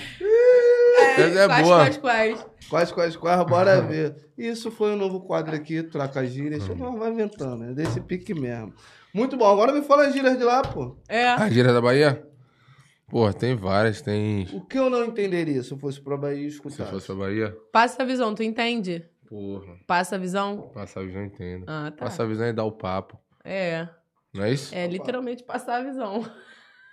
Essa é quais, boa. quais, quais? Quais, quais, quais, bora ver. Isso foi o novo quadro aqui, troca gírias. Isso não vai inventando, é desse pique mesmo. Muito bom, agora me fala as gírias de lá, pô. É. A gíria da Bahia? Pô, tem várias, tem. O que eu não entenderia se eu fosse pra Bahia e Se eu escutar? fosse pra Bahia. Passa a visão, tu entende? Porra, Passa a visão. passar a visão eu entendo. Ah, tá. Passar a visão é dar o papo. É. Não é isso? É literalmente passar a visão.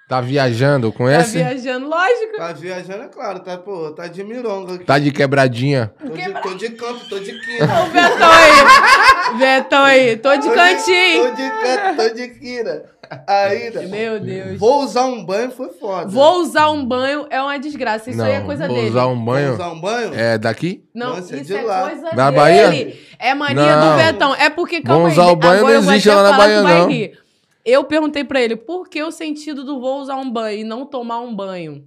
Tá viajando, Tá conhece? viajando, lógico. Tá viajando, é claro, tá, pô, tá de mironga aqui. Tá de quebradinha. Tô de, tô de campo, tô de Ó quina. O Betão aí. Betão aí. Tô de Tô cantinho. Tô de canto, tô de quina. Ainda. Meu Deus. Vou usar um banho, foi foda. Vou usar um banho é uma desgraça. Isso não, aí é coisa vou dele. usar um Vou banho. usar um banho? É daqui? Não, Nossa, é isso de é lá. coisa Da dele. É mania Não. do Betão. É porque, calma Vamos aí. usar o banho, agora não eu vou existe até lá na falar, tu Bahia, vai não. rir. Eu perguntei pra ele, por que o sentido do vou usar um banho e não tomar um banho?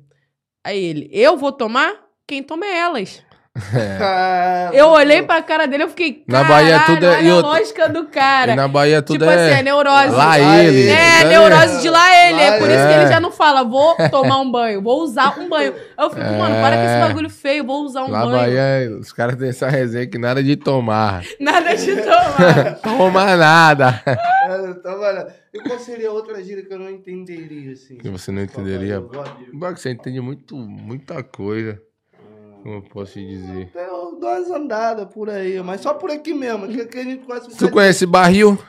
Aí ele, eu vou tomar? Quem toma é elas. Ah, Eu pô. olhei pra cara dele, eu fiquei, Na Bahia "Caralho, tudo é- e olha a outra- lógica do E cara. na Bahia tudo tipo é. assim, é neurose. Lá Lá ele. ele. É, tá neurose de lá ele. Lá é por isso que ele. ele já não fala, vou tomar um banho, vou usar um banho. Eu fico, mano, para com esse É. bagulho feio, vou usar um Lá banho. Bahia, os caras têm essa resenha que nada de tomar. Nada de tomar. Toma nada. Ah, eu tava lá. E qual seria outra gíria que eu não entenderia, assim? Que você não entenderia. Só pra- Bom, que você entende muito, muita coisa. Como eu posso te dizer? Eu dou umas andadas por aí, mas só por aqui mesmo. Que, que a gente conhece um Tu bocadinho. conhece barril?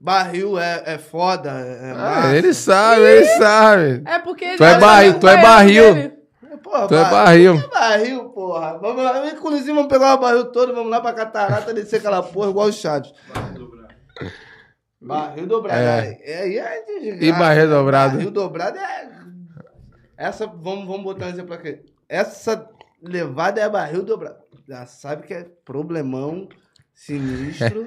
Barril é, é foda. É Ah, massa. ele sabe, ele sabe. É porque. Tu é ele- barril, tu é Ué, barril. dele. Porra, Tu é bar- barril. que barril, porra. Vamos lá. Inclusive, vamos pegar o barril todo, vamos lá pra catarata descer aquela porra igual o Chaves. Barril dobrado. É. É, aí é desgraça, E barril né? dobrado? Barril dobrado é. Essa, vamos, vamos botar um exemplo aqui. Essa levada é barril dobrado. Já sabe que é problemão sinistro.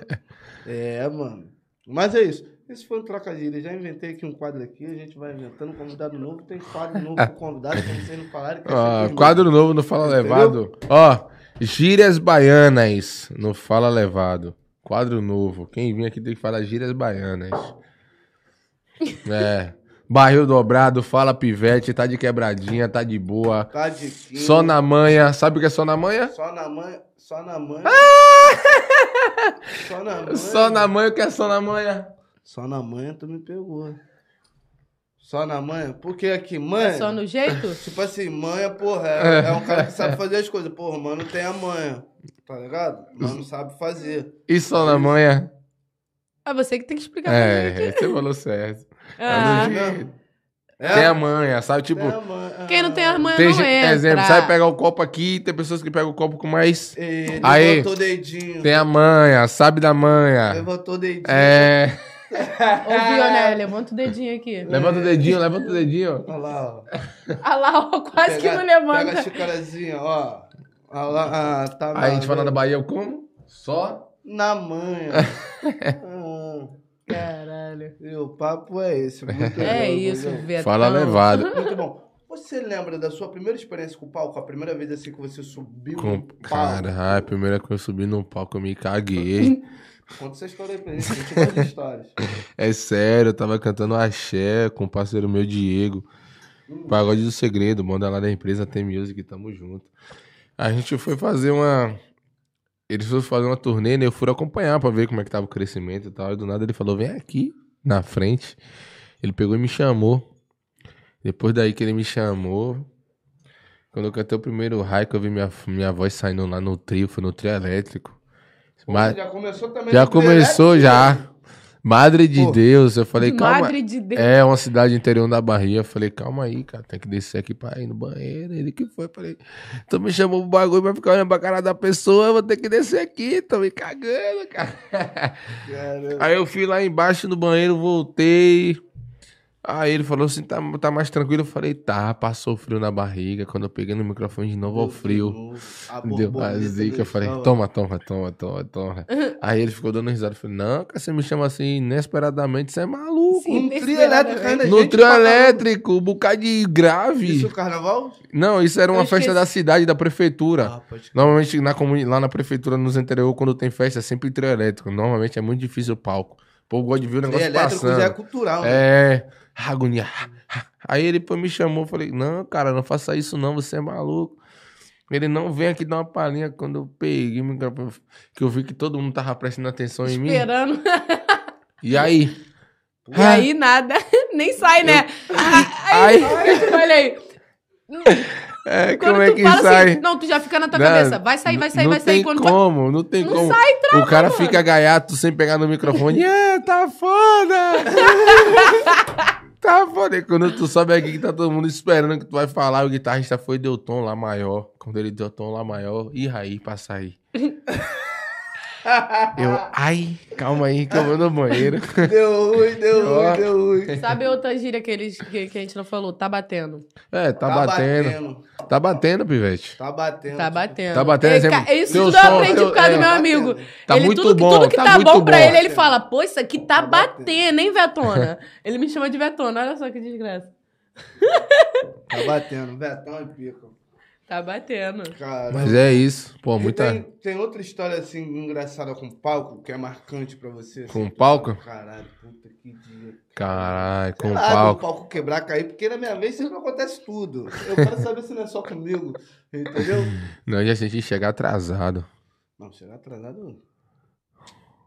é, mano. Mas é isso. Esse foi um trocadilho. Já inventei aqui um quadro aqui. A gente vai inventando. Convidado novo. Tem quadro novo pro convidado. Pra vocês não falarem. que é Ó, sempre Ah, quadro novo no Fala Entendeu? Levado. Ó, gírias baianas no Fala Levado. Quadro novo. Quem vir aqui tem que falar gírias baianas. É. Barril dobrado, fala pivete, tá de quebradinha, tá de boa. Tá de quilo, Só na manha. Sabe o que é só na manha? Só na mãe. Só na mãe. só na mãe. Ah! Só na manha o que é só na manha? Só na mãe tu me pegou. Só na mãe? Porque aqui, mãe. É só no jeito? Tipo assim, manha, porra, é, é um cara que sabe fazer as coisas. Porra, o mano tem a manha. Tá ligado? O Mano sabe fazer. E só na manha? É você que tem que explicar pra mim É, aqui. você falou certo. Ah, É. Não, Tá É, Tem a manha, sabe? Tipo, tem a ah. manha. Quem não tem as manhas tem não gente- entra. exemplo, sabe pegar o copo aqui, tem pessoas que pegam o copo com mais. Ele Aí. Levantou o dedinho. Tem a manha, sabe da manha. Levantou o dedinho. É. Ô, Vioné, levanta o dedinho aqui. Levanta o dedinho, levanta o dedinho. Olha lá, ó. Ah lá, ó, quase que Pega- não Pega a levanta. xicarazinha, ó. Olha lá, ah, tá Aí a gente maluco. né? fala da Bahia, eu como? Só. Na manha. Ah, assim. Caralho. e o papo é esse. Muito É bom, isso, muito Betão. Fala levado. bom. Muito bom. Você lembra da sua primeira experiência com o palco? A primeira vez assim que você subiu Com... no palco? Caralho, a primeira que eu subi no palco eu me caguei. Conta essa história aí pra gente. A gente gosta de histórias. É sério, eu tava cantando axé com um parceiro meu, Diego. Pagode do Segredo, manda lá da empresa T Music, tamo junto. A gente foi fazer uma. Eles foram fazer uma turnê, né? Eu fui acompanhar pra ver como é que tava o crescimento e tal. E do nada ele falou: vem aqui na frente. Ele pegou e me chamou. Depois daí que ele me chamou. Quando eu cantei o primeiro raio, que eu vi minha, minha voz saindo lá no trio, foi no trio elétrico. Mas já começou também. já no trio começou, elétrico? já. Madre de Pô. Deus, eu falei, calma. Madre de Deus. É uma cidade interior da Bahia. Eu falei, calma aí, cara, tem que descer aqui pra ir no banheiro. Ele que foi, eu falei, tu me chamou pro bagulho pra ficar olhando pra cara da pessoa, eu vou ter que descer aqui, tô me cagando, cara. Cara, Aí eu fui lá embaixo no banheiro, voltei. Aí ele falou assim, tá, tá mais tranquilo? Eu falei, tá, passou frio na barriga. Quando eu peguei no microfone de novo, ao frio. A Deu a borboleta zica, do eu falei, chão. toma, toma, toma, toma, toma. Aí ele ficou dando risada. Eu falei, não, cara, você me chama assim inesperadamente, você é maluco. Sim, Um desse né? trio nada, elétrico velho. ainda, No gente trio pra caramba. elétrico, um bocado de grave. Isso é o carnaval? Não, isso era Eu uma festa esqueci. da cidade, da prefeitura. Ah, pode crer. Normalmente na comuni- lá na prefeitura, nos interior, quando tem festa, é sempre trio elétrico. Normalmente é muito difícil o palco. O povo gosta de ver o Trio negócio elétrico passando. já é cultural, né? É, agonia. Aí ele pô, me chamou, falei, não, cara, não faça isso não, você é maluco. Ele não vem aqui dar uma palhinha quando eu peguei o microfone, que eu vi que todo mundo tava prestando atenção em mim. Esperando. E aí? E aí nada. Nem sai, né? Aí, Ai. olha aí. É, Quando como é tu que fala sai? assim, não, tu já fica na tua Não, cabeça. Vai sair, vai sair, não vai sair. Tem Quando vai- como, Não tem Não como, sai, O cara mano. fica gaiato sem pegar no microfone. É, tá foda! tá foda. E quando tu sobe aqui que tá todo mundo esperando que tu vai falar, o guitarrista foi e deu tom lá maior. Quando ele deu tom lá maior, e aí pra sair. Eu, ai, calma aí, que eu vou no banheiro. Deu ruim, deu É. Ó. tá ruim, deu ruim. Sabe outra gíria que, eles, que, que a gente não falou? Tá batendo. É, tá, batendo. Tá batendo, pivete. Tá batendo. Tá batendo. Tá batendo, É, exemplo, ca- Isso teu tudo eu som, aprendi teu- por causa é, do meu tá amigo. batendo. Tá ele, muito tudo, que- bom, Tudo que tá tá, muito bom, pra bom. ele, ele fala, pô, isso aqui Tá tá batendo. batendo, hein, Vetona? ele me chama de Vetona, olha só que desgraça. Tá batendo. Betão e pica. Tá batendo. Cara. Mas é isso. Pô, Tem, muita. tem outra história assim engraçada com palco que é marcante pra você? assim? Com palco? Caralho, puta que dia. Caralho, com Sei lá, do palco. palco quebrar, cair, porque na minha vez isso não acontece tudo. Eu quero saber se não é só comigo, entendeu? Não, já senti chegar atrasado. Não, será atrasado?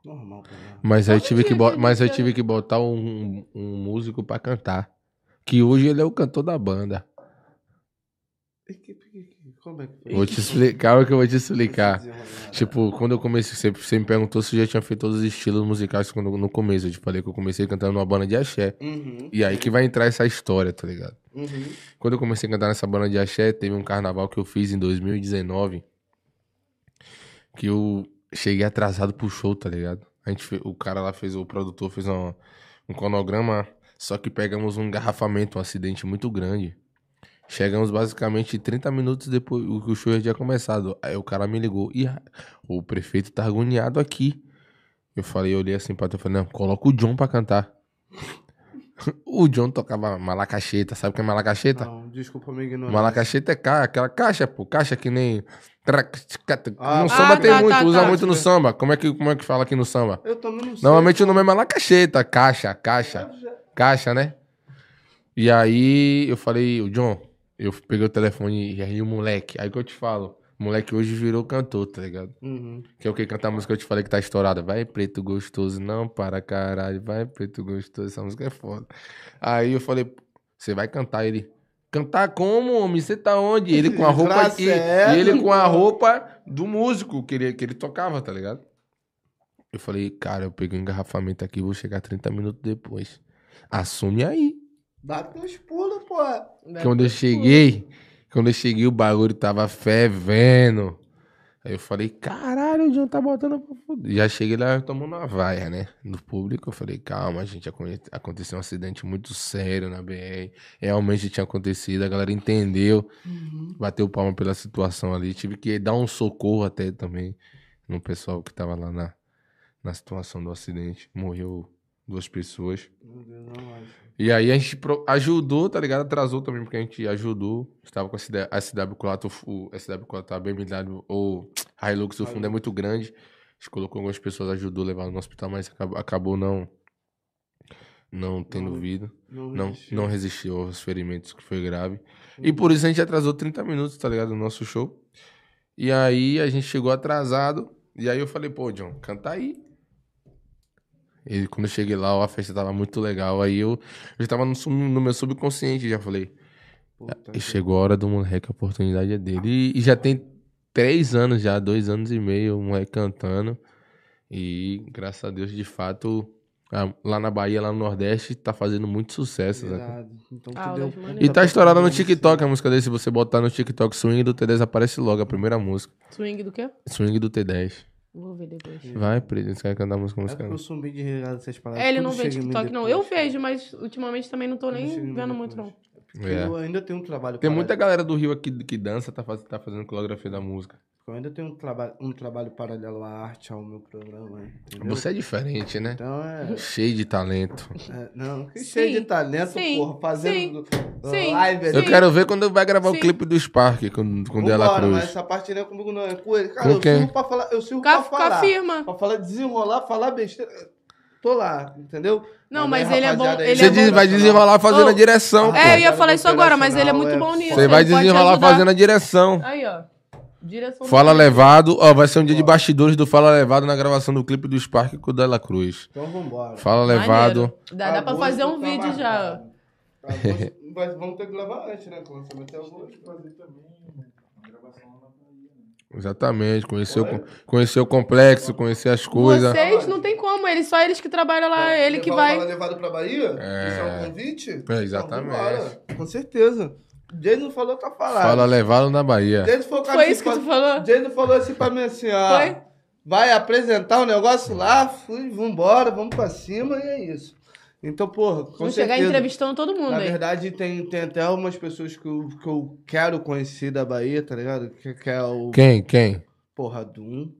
Normal, cara. Mas aí Todo tive dia que, bo- tem mas eu que- tive que botar um, um músico pra cantar. Que hoje ele é o cantor da banda. E que- que- que- Como é que foi? Vou te explicar o que eu vou te explicar. Desenrolada. Tipo, quando eu comecei, você, você me perguntou se eu já tinha feito todos os estilos musicais quando, no começo. Eu te falei que eu comecei cantando numa banda de axé. Uhum, E aí que vai entrar essa história, tá ligado? uhum. Quando eu comecei a cantar nessa banda de axé, teve um carnaval que eu fiz em 2019. Que eu cheguei atrasado pro show, tá ligado? A gente, fe- o cara lá fez, o produtor fez uma- um cronograma, só que pegamos um engarrafamento, um acidente muito grande. Chegamos basicamente 30 minutos depois o- que o show já tinha começado. Aí o cara me ligou e o prefeito tá agoniado aqui. Eu falei, eu olhei assim pra tu e falei, não, coloca o John pra cantar. o John tocava malacacheta, sabe o que é malacacheta? Não, desculpa a minha ignorância. Malacacheta é ca, aquela caixa, pô. Caixa que nem. Ah, no tá. samba Ah, tem tá, muito, tá, usa tá. muito no samba. Como é, que, como é que fala aqui no samba? Eu também não sei. Normalmente o nome é malacacheta, caixa, caixa, é, caixa, né? E aí eu falei, o John, eu peguei o telefone e aí o moleque, aí que eu te falo, o moleque hoje virou cantor, tá ligado? Uhum. Que é o que cantar a música que eu te falei que tá estourada. Vai preto gostoso, não para caralho. Vai preto gostoso, essa música é foda. Aí eu falei, você vai cantar ele. Cantar como, homem? Você tá onde? Ele com a roupa Graça aqui. é E ele essa, com a pô. roupa do músico que ele, que ele tocava, tá ligado? Eu falei, cara, eu peguei um engarrafamento aqui, vou chegar 30 minutos depois. Assume aí. Bate os pulos, pô. Tá Quando eu cheguei, quando eu cheguei, o bagulho tava fervendo. Aí eu falei, caralho, o John tá botando pra fuder. Já cheguei lá tomando uma vaia, né? No público, eu falei, calma, gente, aconte- aconteceu um acidente muito sério na BR. Realmente tinha acontecido, a galera entendeu. Uhum. Bateu palma pela situação ali. Tive que dar um socorro até também no pessoal que tava lá na, na situação do acidente. Morreu duas pessoas. Meu Deus, não acho. E aí a gente pro- ajudou, tá ligado? Atrasou também, porque a gente ajudou. Estava com a SW, a SW4, o SW4, a BMW, ou Hilux, tá o fundo é muito grande. A gente colocou algumas pessoas, ajudou, levaram no hospital, mas acabou, acabou não não tendo Não vida. Não, Não, resistiu. não resistiu aos ferimentos, que foi grave. E por isso a gente atrasou 30 minutos, tá ligado? No nosso show. E aí a gente chegou atrasado. E aí eu falei, pô, John, canta aí. E quando eu cheguei lá, ó, a festa tava muito legal. Aí eu já tava no, sub- no meu subconsciente, já falei. Puta E tá que- chegou a hora do moleque, a oportunidade é dele. E, e já tem três anos já, dois anos e meio, o moleque cantando. E graças a Deus, de fato, Ah, Lá na Bahia, lá no Nordeste, tá fazendo muito sucesso, né? saca? Irado. Então tu Aulas deu. maneiras. E tá estourada no Nossa. TikTok a música dele. Se você botar no TikTok Swing do T10, aparece logo a primeira música. Swing do quê? Swing do T10. Vou ver depois. Vai, Preto, você quer cantar a música? É música? porque eu sou meio de regar essas palavras. É, ele tudo não vê chega em mim TikTok, não. Eu depois. vejo, mas ultimamente também não tô Tudo chega em nem mim vendo muito, depois. não. Porque É. Eu ainda tenho um trabalho. Tem parado. muita galera do Rio aqui que dança, tá, faz- tá fazendo coreografia da música. Eu ainda tenho um, traba um trabalho paralelo à arte, ao meu programa. Entendeu? Você é diferente, né? Então é. Cheio de talento. é, não, que Sim, cheio de talento, sim, porra. Fazendo sim, live sim. Eu quero ver quando vai gravar o Sim. clipe do Spark com, com Dela Vambora, mas Cruz. essa parte não é comigo, não. É com ele. Cara, Com eu quem? sirvo pra falar. Eu sirvo Fica, pra fica falar. firma. Pra falar, desenrolar, falar besteira. Tô lá, entendeu? Não, Mandar mas ele é bom. rapaziada aí. ele Você é diz- bom. vai desenrolar fazendo Ô, a direção, pô. É, eu ia Cara, falar isso agora, mas ele é muito operacional, bom é nisso. Você ele vai pode te desenrolar ajudar. fazendo a direção. Aí, ó. Direção do- Fala Levado, ó, vai ser um dia de bastidores do Fala Levado na gravação do clipe do Spark com o Dela Cruz. Então vambora. Fala Maneiro. Levado. Dá, dá pra Agosto fazer um tá vídeo já. ó. marcado. Agosto- mas vamos ter que gravar antes, né? Com lançamento é agosto, fazer também. Exatamente, conheceu, conheceu o complexo, conhecer as coisas. Vocês não tem como, ele, só eles que trabalham lá, Ah, é ele que Levar- vai. levado pra Bahia? É. Isso é um convite? É, exatamente. Então, vambora. Com certeza. Jason falou tá falado. Fala Levado na Bahia. Jason foi o cara Foi isso que fa- tu falou? Jason falou assim pra mim assim, ó. Foi? Vai apresentar o negócio lá, fui, vambora, vamos pra cima e é isso. Então, porra, com Vamos chegar certeza. entrevistando todo mundo Na aí. verdade, tem, tem até algumas pessoas que eu, que eu quero conhecer da Bahia, tá ligado? Que, que é o Quem? Quem? Porra Dum.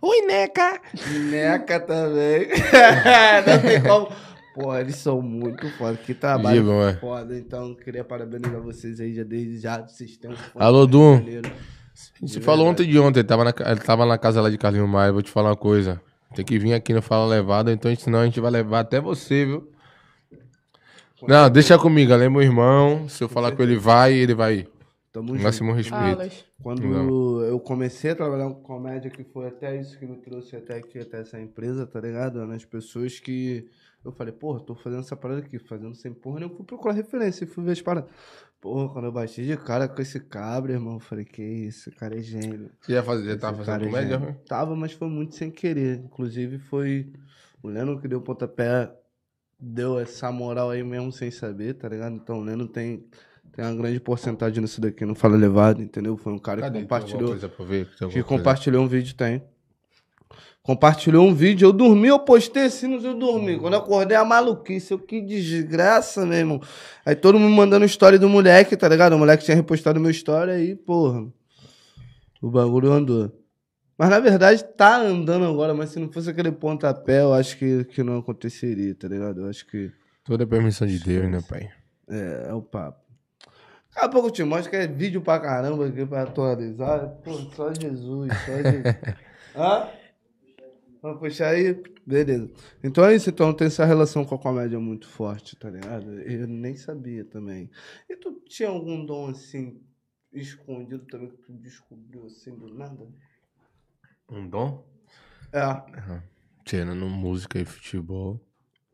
Oi, Neca! Neca também. Não tem como. Porra, eles são muito foda. Que trabalho Digo, é. foda. Então, queria parabenizar vocês aí já desde já. Vocês têm um foda Alô, Dum. brasileiro. A gente De falou verdade. ontem de ontem, ele tava na, ca- ele tava na casa lá de Carlinho Maia, vou te falar uma coisa. Tem que vir aqui no Fala Levado, então a gente- senão a gente vai levar até você, viu? Não, deixa comigo, ela é meu irmão. Se eu falar com ele, vai, ele vai. Tamo junto. Máximo respeito. Aulas. Quando eu comecei a trabalhar com comédia, que foi até isso que me trouxe até aqui, até essa empresa, tá ligado? Nas pessoas que. Eu falei, porra, tô fazendo essa parada aqui, fazendo sem porra nenhuma. Fui procurar referência, fui ver as paradas. Porra, quando eu bati de cara com esse cabra, irmão, eu falei, que isso, esse cara é gênio. Você ia fazer, já tava Esse fazendo cara é comédia? gênio. né? Tava, mas foi muito sem querer. Inclusive foi o Leno que deu o pontapé, deu essa moral aí mesmo sem saber, tá ligado? Então o Leno tem, tem uma grande porcentagem nisso daqui, não fala levado, entendeu? Foi um cara Cadê? que Tem alguma compartilhou. coisa pra eu ver? Tem alguma Que coisa? compartilhou um vídeo, tem. Compartilhou um vídeo, eu dormi, eu postei sinos, eu Hum. dormi. Quando eu acordei, a maluquice, eu, que desgraça, meu irmão. Aí todo mundo mandando história do moleque, tá ligado? O moleque tinha repostado meu história aí, porra. O bagulho andou. Mas na verdade tá andando agora, mas se não fosse aquele pontapé, eu acho que, que não aconteceria, tá ligado? Eu acho que Toda é permissão de Deus, né, pai? é, é o papo. Daqui a pouco eu te mostro que é vídeo pra caramba aqui pra atualizar. Pô, só Jesus, só Jesus. Hã? Vamos puxar aí? Beleza. Então é isso, então tem essa relação com a comédia muito forte, tá ligado? Eu nem sabia também. E tu tinha algum dom assim, escondido também, que tu descobriu assim do nada? Um dom? É. Tirando música e futebol.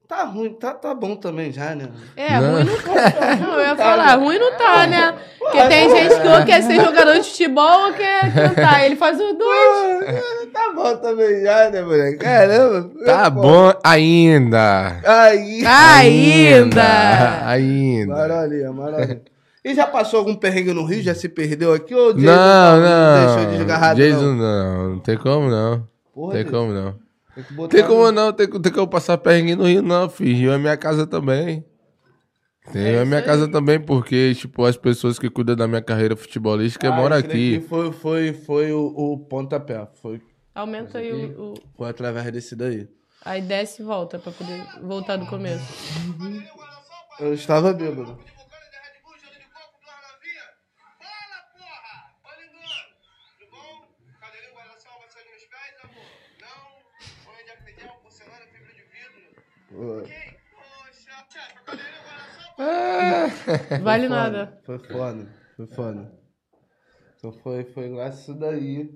Tá ruim, tá, tá bom também já, né? É, Não. ruim não tá. Não, eu ia falar, ruim não tá, né? Porque tem Tá gente que ou quer ser jogador de futebol ou quer cantar. Ele faz os dois. Tá bom também já, né, moleque? Caramba. Tá Pô, bom ainda! Aí. Ainda! Ainda! Maravilha, maravilha. E já passou algum perrengue no Rio? Já se perdeu aqui? Ou Jason Não, não. Deixou desgarrado, Jason, não. não. Não tem como, não. Porra, Tem Jason, como, não. Tem que botar um Tem como no- não, tem, tem como passar perrengue no Rio, não, filho. Rio é minha casa também. Tem, é, minha casa também, porque, tipo, as pessoas que cuidam da minha carreira futebolística Ah, moram esse daqui aqui. Foi, foi, foi o, o pontapé. Foi, Aumenta aí o, o- foi através desse daí. Aí desce e volta pra poder voltar do começo. Eu estava bêbado. Foi foda, Vale nada. Foi foda, foi foda. Então foi, foi graças a isso daí.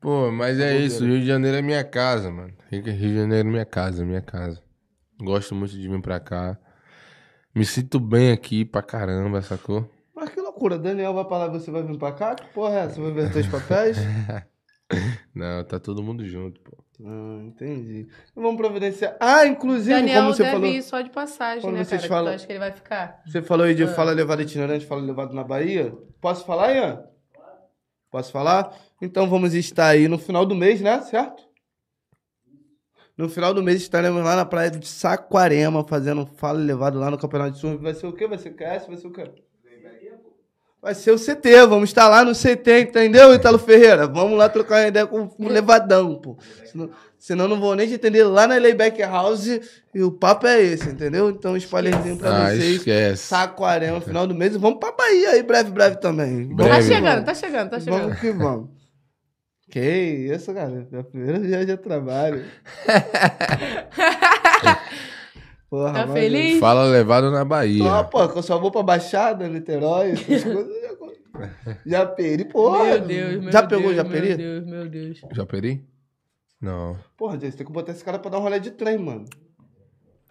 Pô, mas é isso, Rio de Janeiro é minha casa, mano. Rio Rio de Janeiro é minha casa, minha casa. Gosto muito de vir pra cá. Me sinto bem aqui pra caramba, sacou? Mas que loucura, Daniel vai pra lá, você vai vir pra cá? Que porra é essa? Vai inverter os papéis? Não, tá todo mundo junto, pô. Ah, entendi. Vamos providenciar. Ah, inclusive, Daniel como você deve falou. ir só de passagem, Quando né, vocês cara? Que falam- Tu acha que ele vai ficar? Você falou aí de Ah. fala levado itinerante, fala levado na Bahia. Posso falar, Ian? Posso falar? Então vamos estar aí no final do mês, né? Certo? No final do mês estaremos lá na praia de Saquarema fazendo um fala levado lá no Campeonato de Surf. Vai ser o quê? Vai ser KS? Vai ser o quê? Vai ser o CT, vamos estar lá no CT, entendeu, Italo Ferreira? Vamos lá trocar uma ideia com o Levadão, pô. Senão, senão não vou nem te entender lá na Layback House e o papo é esse, entendeu? Então, um spoilerzinho pra Ah, vocês. esquece. Saquarema, final do mês. e Vamos pra Bahia aí, breve, breve também. Vamos Breve. Tá que chegando, vamos. tá chegando, tá chegando. Vamos que vamos. Que isso, cara. Minha primeira viagem a trabalho. Porra, Tá maneiro. feliz? Fala levado na Bahia. Ó, pô, que eu só vou pra Baixada, Niterói, essas coisas. já con- Japeri, porra. Meu Deus, meu Já pegou Deus, Meu Japeri? Deus, meu Deus. Já peri? Não. Porra, Jace, tem que botar esse cara pra dar um rolê de trem, mano.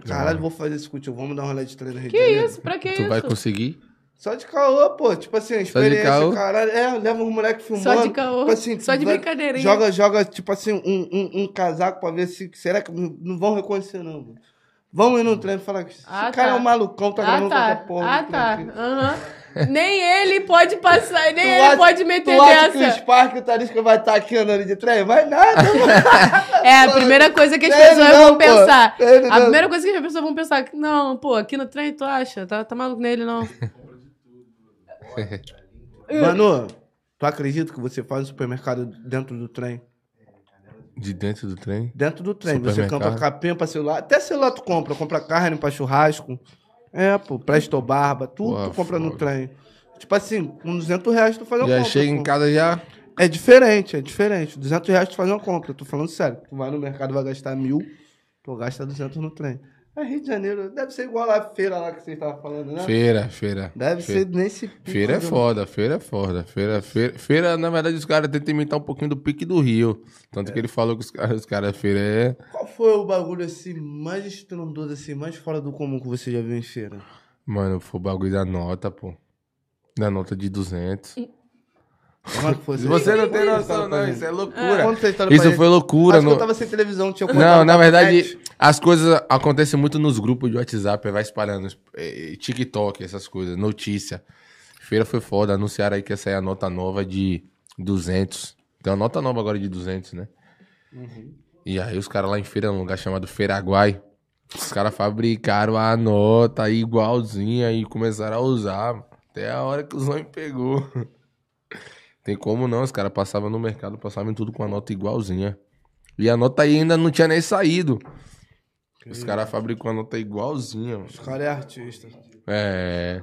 Caralho, vou fazer isso contigo. Vamos dar um rolê de trem na Rio Que de Janeiro. isso? Pra que tu isso? vai conseguir? Só de caô, pô. Tipo assim, experiência, caô? caralho. É, leva os moleques filmando. Só de caô. Tipo assim, Só de vai- brincadeirinha. Joga, joga, tipo assim, um, um, um casaco pra ver se. Será que não não vão reconhecer, não, mano. Vão ir no trem e falar que esse Ah, cara é tá. um malucão, tá ah, gravando tá. qualquer porra. ah, no trem tá. aqui. Aham. nem ele pode passar, nem Tu ele acha- pode Tu meter acha que o dessa. Spark e o Tarisca vai estar aqui andando de trem? Vai nada, mano. É, a primeira coisa que as Ele pessoas É, não, vão pô. pensar. Ele A não. primeira coisa que as pessoas vão pensar, é que, não, pô, aqui no trem tu acha? Tá, tá maluco nele, não. Mano, tu acredita que você faz um supermercado dentro do trem? De dentro do trem? Dentro do trem. Você Supermercado. compra capinha pra celular. Até celular tu compra. Compra carne pra churrasco. É, pô. Presto barba. Tudo Porra, tu compra no Hum. foda. trem. Tipo assim, com 200 reais tu faz uma já compra. chega pô. em casa já. É diferente, é diferente. 200 reais tu faz uma compra. Eu tô falando sério. Tu vai no mercado vai gastar mil. Tu gasta 200 no trem. É Rio de Janeiro. Deve ser igual a feira lá que vocês estavam falando, né? Feira, feira. Deve feira. ser nesse pico, Feira é né? foda, feira é foda. Feira, feira, feira, na verdade, os caras tentam imitar um pouquinho do pique do Rio. Tanto que ele falou que os caras, os caras, feira é. Qual foi o bagulho assim mais estrondoso, assim, mais fora do comum que você já viu em feira? Mano, foi o bagulho da nota, pô. Da nota de 200. Como é que foi? Se você não tem Conta a noção, história pra não, gente. isso é loucura. Conta a história pra Isso gente. foi loucura, Acho que no... eu tava sem televisão, tinha Não, contado na na verdade, net. as coisas acontecem muito nos grupos de WhatsApp, aí vai espalhando. eh, TikTok, essas coisas, notícia. Feira foi foda, anunciaram aí que ia sair a nota nova de 200. Tem uma nota nova agora de 200, né? E aí os caras lá em feira, num lugar chamado Feiraguai, os caras fabricaram a nota aí igualzinha e começaram a usar. Até a hora que os homens pegou. Tem como não, os caras passavam no mercado, passavam em tudo com a nota igualzinha. E a nota aí ainda não tinha nem saído. Os caras fabricou a nota igualzinha. mano. Os caras é artista. É.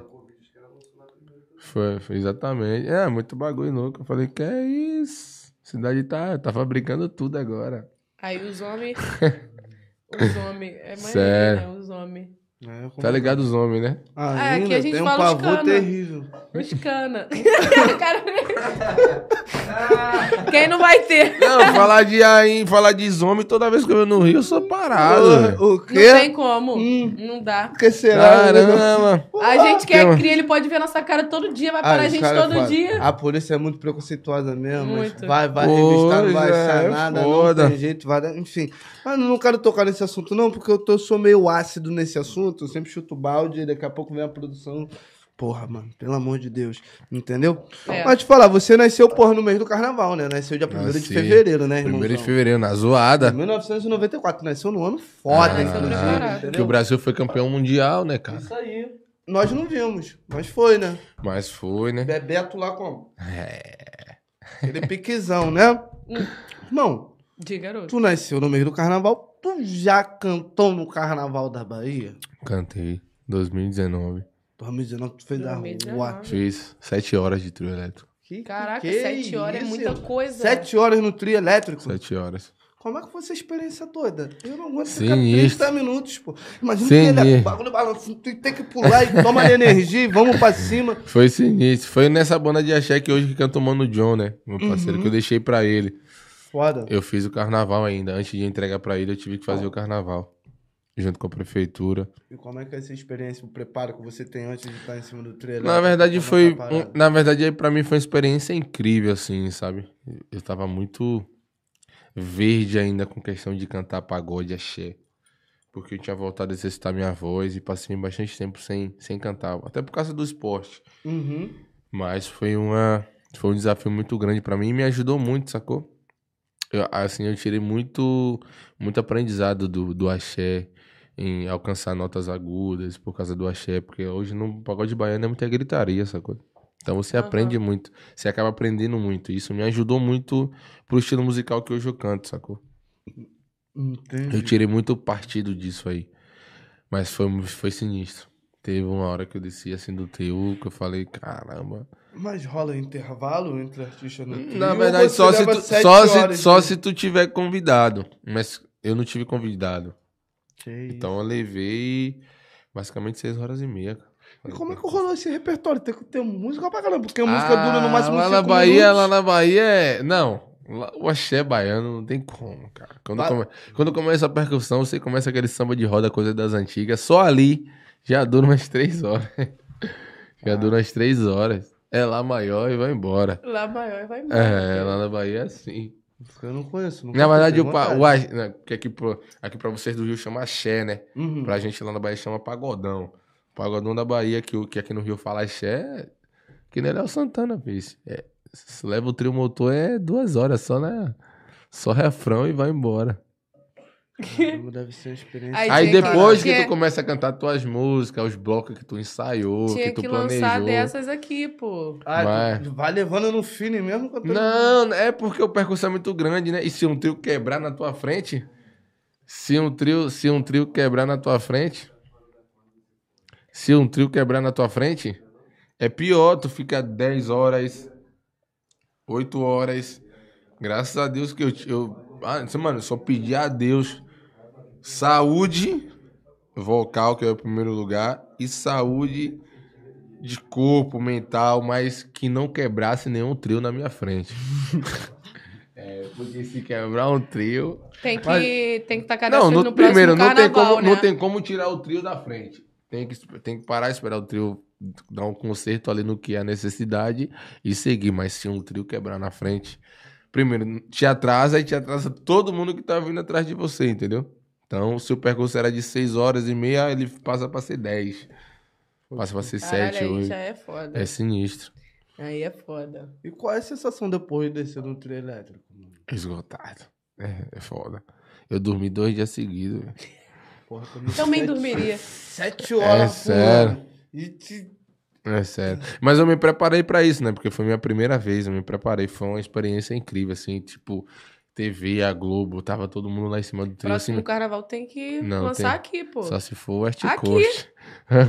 Foi, foi exatamente. É, muito bagulho louco. Eu falei, que é isso? A cidade tá, tá fabricando tudo agora. Aí os homens. Os homens. É mais Sério. né? Os homens. É, como- Tá ligado os homens, né? É, aqui a gente tem um fala os pavor cana. terrível. Os cana. Cara- Quem não vai ter? Não, falar de aí, falar de homem, toda vez que eu venho no Rio, eu sou parado. velho. o Não quê? tem como. Hum. Não dá. O que será? Caramba. A gente que é Tem- um- cria, ele pode ver nossa cara todo dia, vai Ah, parar a os gente cara é todo foda. dia. A polícia é muito preconceituosa mesmo. mas Muito. Vai, vai Pois revistar, não vai achar é, nada, foda. não tem jeito, vai dar. Enfim. Mas não quero tocar nesse assunto, não, porque eu, tô- eu sou meio ácido nesse assunto. Eu sempre chuto balde, daqui a pouco vem a produção. Porra, mano, pelo amor de Deus. Entendeu? É. Mas te falar, você nasceu, porra, no mês do carnaval, né? Nasceu dia 1 de Nasci. fevereiro, né, irmão? Primeiro de fevereiro, na zoada. 1994, nasceu num ano foda, Ah, inclusive. preparado. Que o entendeu? Brasil foi campeão mundial, né, cara? Isso aí. Nós não vimos, mas foi, né? Mas foi, né? Bebeto lá como? É. Aquele piquezão, né? Irmão, De garoto. tu nasceu no meio do carnaval, tu já cantou no carnaval da Bahia? Cantei. 2019. 2019, tu fez da 2019. rua. Fiz sete horas de trio elétrico. Que- Caraca, que sete horas é isso, muita irmão? coisa. Sete horas no trio elétrico? Sete horas. Como é que foi essa experiência toda? Eu não aguento Sinistro. ficar 30 minutos, pô. Imagina Sinistro. que ele, o bagulho balançando, tu tem que pular e toma energia e vamos pra cima. Foi sinistro. Foi nessa banda de axé que hoje que canta o Mano John, né? Meu parceiro, que eu deixei pra ele. Foda. Eu fiz o carnaval ainda. Antes de entregar pra ele, eu tive que fazer o carnaval. Junto com a prefeitura. E como é que é essa experiência, o preparo que você tem antes de estar em cima do trio Na elétrico? verdade, Como é foi. que tá a parada? um- na verdade, aí pra mim foi uma experiência incrível, assim, sabe? Eu tava muito verde ainda com questão de cantar pagode axé. Porque eu tinha voltado a exercitar minha voz e passei bastante tempo sem, sem cantar. Até por causa do esporte. Uhum. Mas foi uma foi um desafio muito grande pra mim e me ajudou muito, sacou? Eu, assim, eu tirei muito muito aprendizado do, do axé em alcançar notas agudas por causa do axé, porque hoje no pagode baiano é muita gritaria, sacou? Então você Aham. aprende muito, você acaba aprendendo muito. e Isso me ajudou muito pro estilo musical que hoje eu canto, sacou? Entendi. Eu tirei muito partido disso aí. Mas foi, foi sinistro. Teve uma hora que eu desci assim do TU, que eu falei, caramba. Mas rola intervalo entre artista no trio, Na ou verdade, você só, se leva tu, sete só, se, horas só de- se tu tiver convidado. Mas eu não tive convidado. Que Então eu levei basicamente seis horas e meia. cara. E como é que rolou esse repertório? Tem que ter música pra caramba, porque a música Ah, dura no máximo Lá cinco na Bahia, minutos. lá na Bahia é. Não. lá- O axé baiano não tem como, cara. Quando, Ba- come- quando começa a percussão, você começa aquele samba de roda, coisa das antigas. Só ali já dura umas três horas. Ah. Já dura umas três horas. É lá maior e vai embora. Lá maior e vai embora. É, lá na Bahia é assim. Eu não conheço. nunca Na verdade, tenho o, pa- vontade. o axé, né, porque aqui, pro- aqui pra vocês do Rio chama axé, né? Uhum. Pra gente lá na Bahia chama pagodão. Pagodão da Bahia, que, o- que aqui no Rio fala axé, que nem Léo Santana, bicho. É, se leva o trio motor é duas horas só na... Só refrão e vai embora. Caramba, Deve ser uma experiência. Aí Aí tinha depois que, tinha- tu começa a cantar tuas músicas, os blocos que tu ensaiou, Tinha que que, tu lançar planejou. dessas aqui, pô. Ah, Vai. tu vai levando no fine mesmo quando Não, é porque o percurso é muito grande, né? E se um trio quebrar na tua frente, se um trio, se um trio quebrar na tua frente, se um trio quebrar na tua frente, é pior, tu fica 10 horas, 8 horas. Graças a Deus que eu, eu ah, mano, eu só pedi a Deus saúde vocal, que é o primeiro lugar, e saúde de corpo, mental, mas que não quebrasse nenhum trio na minha frente. é, porque se quebrar um trio. Tem que tem que tacar Não, dessas no, no próximo primeiro, não, tem carnaval, como, né? não tem como tirar o trio da frente. Tem que, tem que parar, esperar o trio dar um conserto ali no que é a necessidade e seguir. Mas se um trio quebrar na frente, primeiro, te atrasa e te atrasa todo mundo que tá vindo atrás de você, entendeu? Então, se o percurso era de 6 horas e meia, ele passa pra ser 10. Passa pra ser Caralho, 7, aí 8. já é foda. É sinistro. Aí é foda. E qual é a sensação depois de descer no trio elétrico? mano? Esgotado. É, é foda. Eu dormi dois dias seguidos. velho. Porra, quando Também sete- dormiria. Sete horas, pô. É sério. E te... É sério. Mas eu me preparei pra isso, né? Porque foi minha primeira vez, eu me preparei. Foi uma experiência incrível, assim, tipo, TV, a Globo, tava todo mundo lá em cima do trio, Próximo assim, carnaval tem que Não, lançar aqui, pô. só se for o Articost.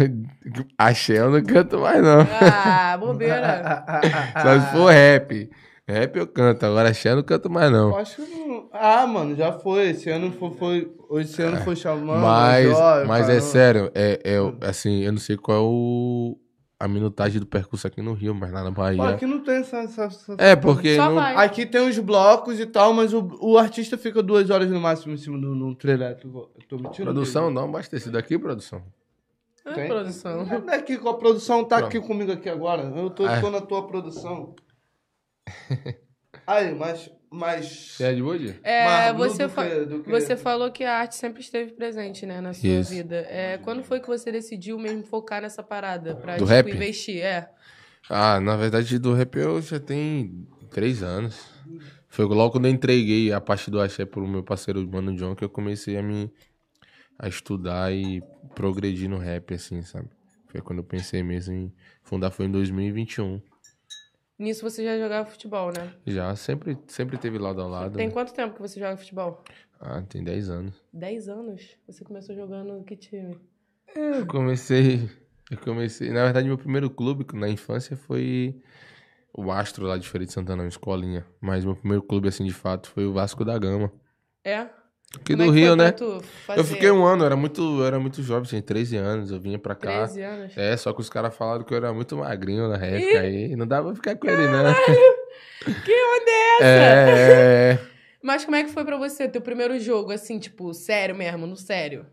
Axé eu não canto mais, não. Ah, bobeira. ah, Só se for rap. Rap eu canto, agora axé eu não canto mais, Eu não. Acho que não... Ah, mano, já foi. Esse ano foi... foi... Esse ano foi chamando. mas Jó, mas é Carol. sério, é, é, assim, eu não sei qual é o, a minutagem do percurso aqui no Rio, mas lá na Pô, Bahia... aqui não tem essa... essa- essa- É, porque... Só não- vai. Aqui tem os blocos e tal, mas o, o artista fica duas horas no máximo em cima do, no trio elétrico. Eu tô mentindo? Produção, dá uma abastecida aqui, produção. Ah, tem? produção. Não é aqui com a produção, tá Pronto. aqui comigo aqui agora. Eu tô, Ah. tô na tua produção. Aí, mas. mas Você é de Wood? É, Marlu você, do fa- que- do que- você falou que a arte sempre esteve presente, né, na sua Isso. vida. É, quando foi que você decidiu mesmo focar nessa parada? Pra, Do tipo, rap? investir? É. Ah, na verdade, do rap eu já tem três anos. Foi logo quando eu entreguei a parte do axé pro meu parceiro Mano John que eu comecei a me a estudar e progredir no rap, assim, sabe? Foi quando eu pensei mesmo em fundar, foi em 2021. Nisso você já jogava futebol, né? Já sempre, sempre teve lado a lado. Tem né? quanto tempo que você joga futebol? Ah, tem 10 anos. Dez anos? Você começou jogando que time? Eu comecei. Eu comecei. Na verdade, meu primeiro clube na infância foi o Astro lá de Feira de Santana, uma escolinha. Mas meu primeiro clube, assim, de fato, foi o Vasco da Gama. É? Aqui Como é do que Rio, foi pra né? tu fazer? Eu fiquei um ano, eu era muito, eu era muito jovem, tinha 13 anos, eu vinha pra cá. 13 anos. É, só que os caras falaram que eu era muito magrinho na época aí. Não dava pra ficar com ele, né? Que onda é essa? É, é, é. Mas como é que foi pra você, teu primeiro jogo, assim, tipo, sério mesmo, no sério?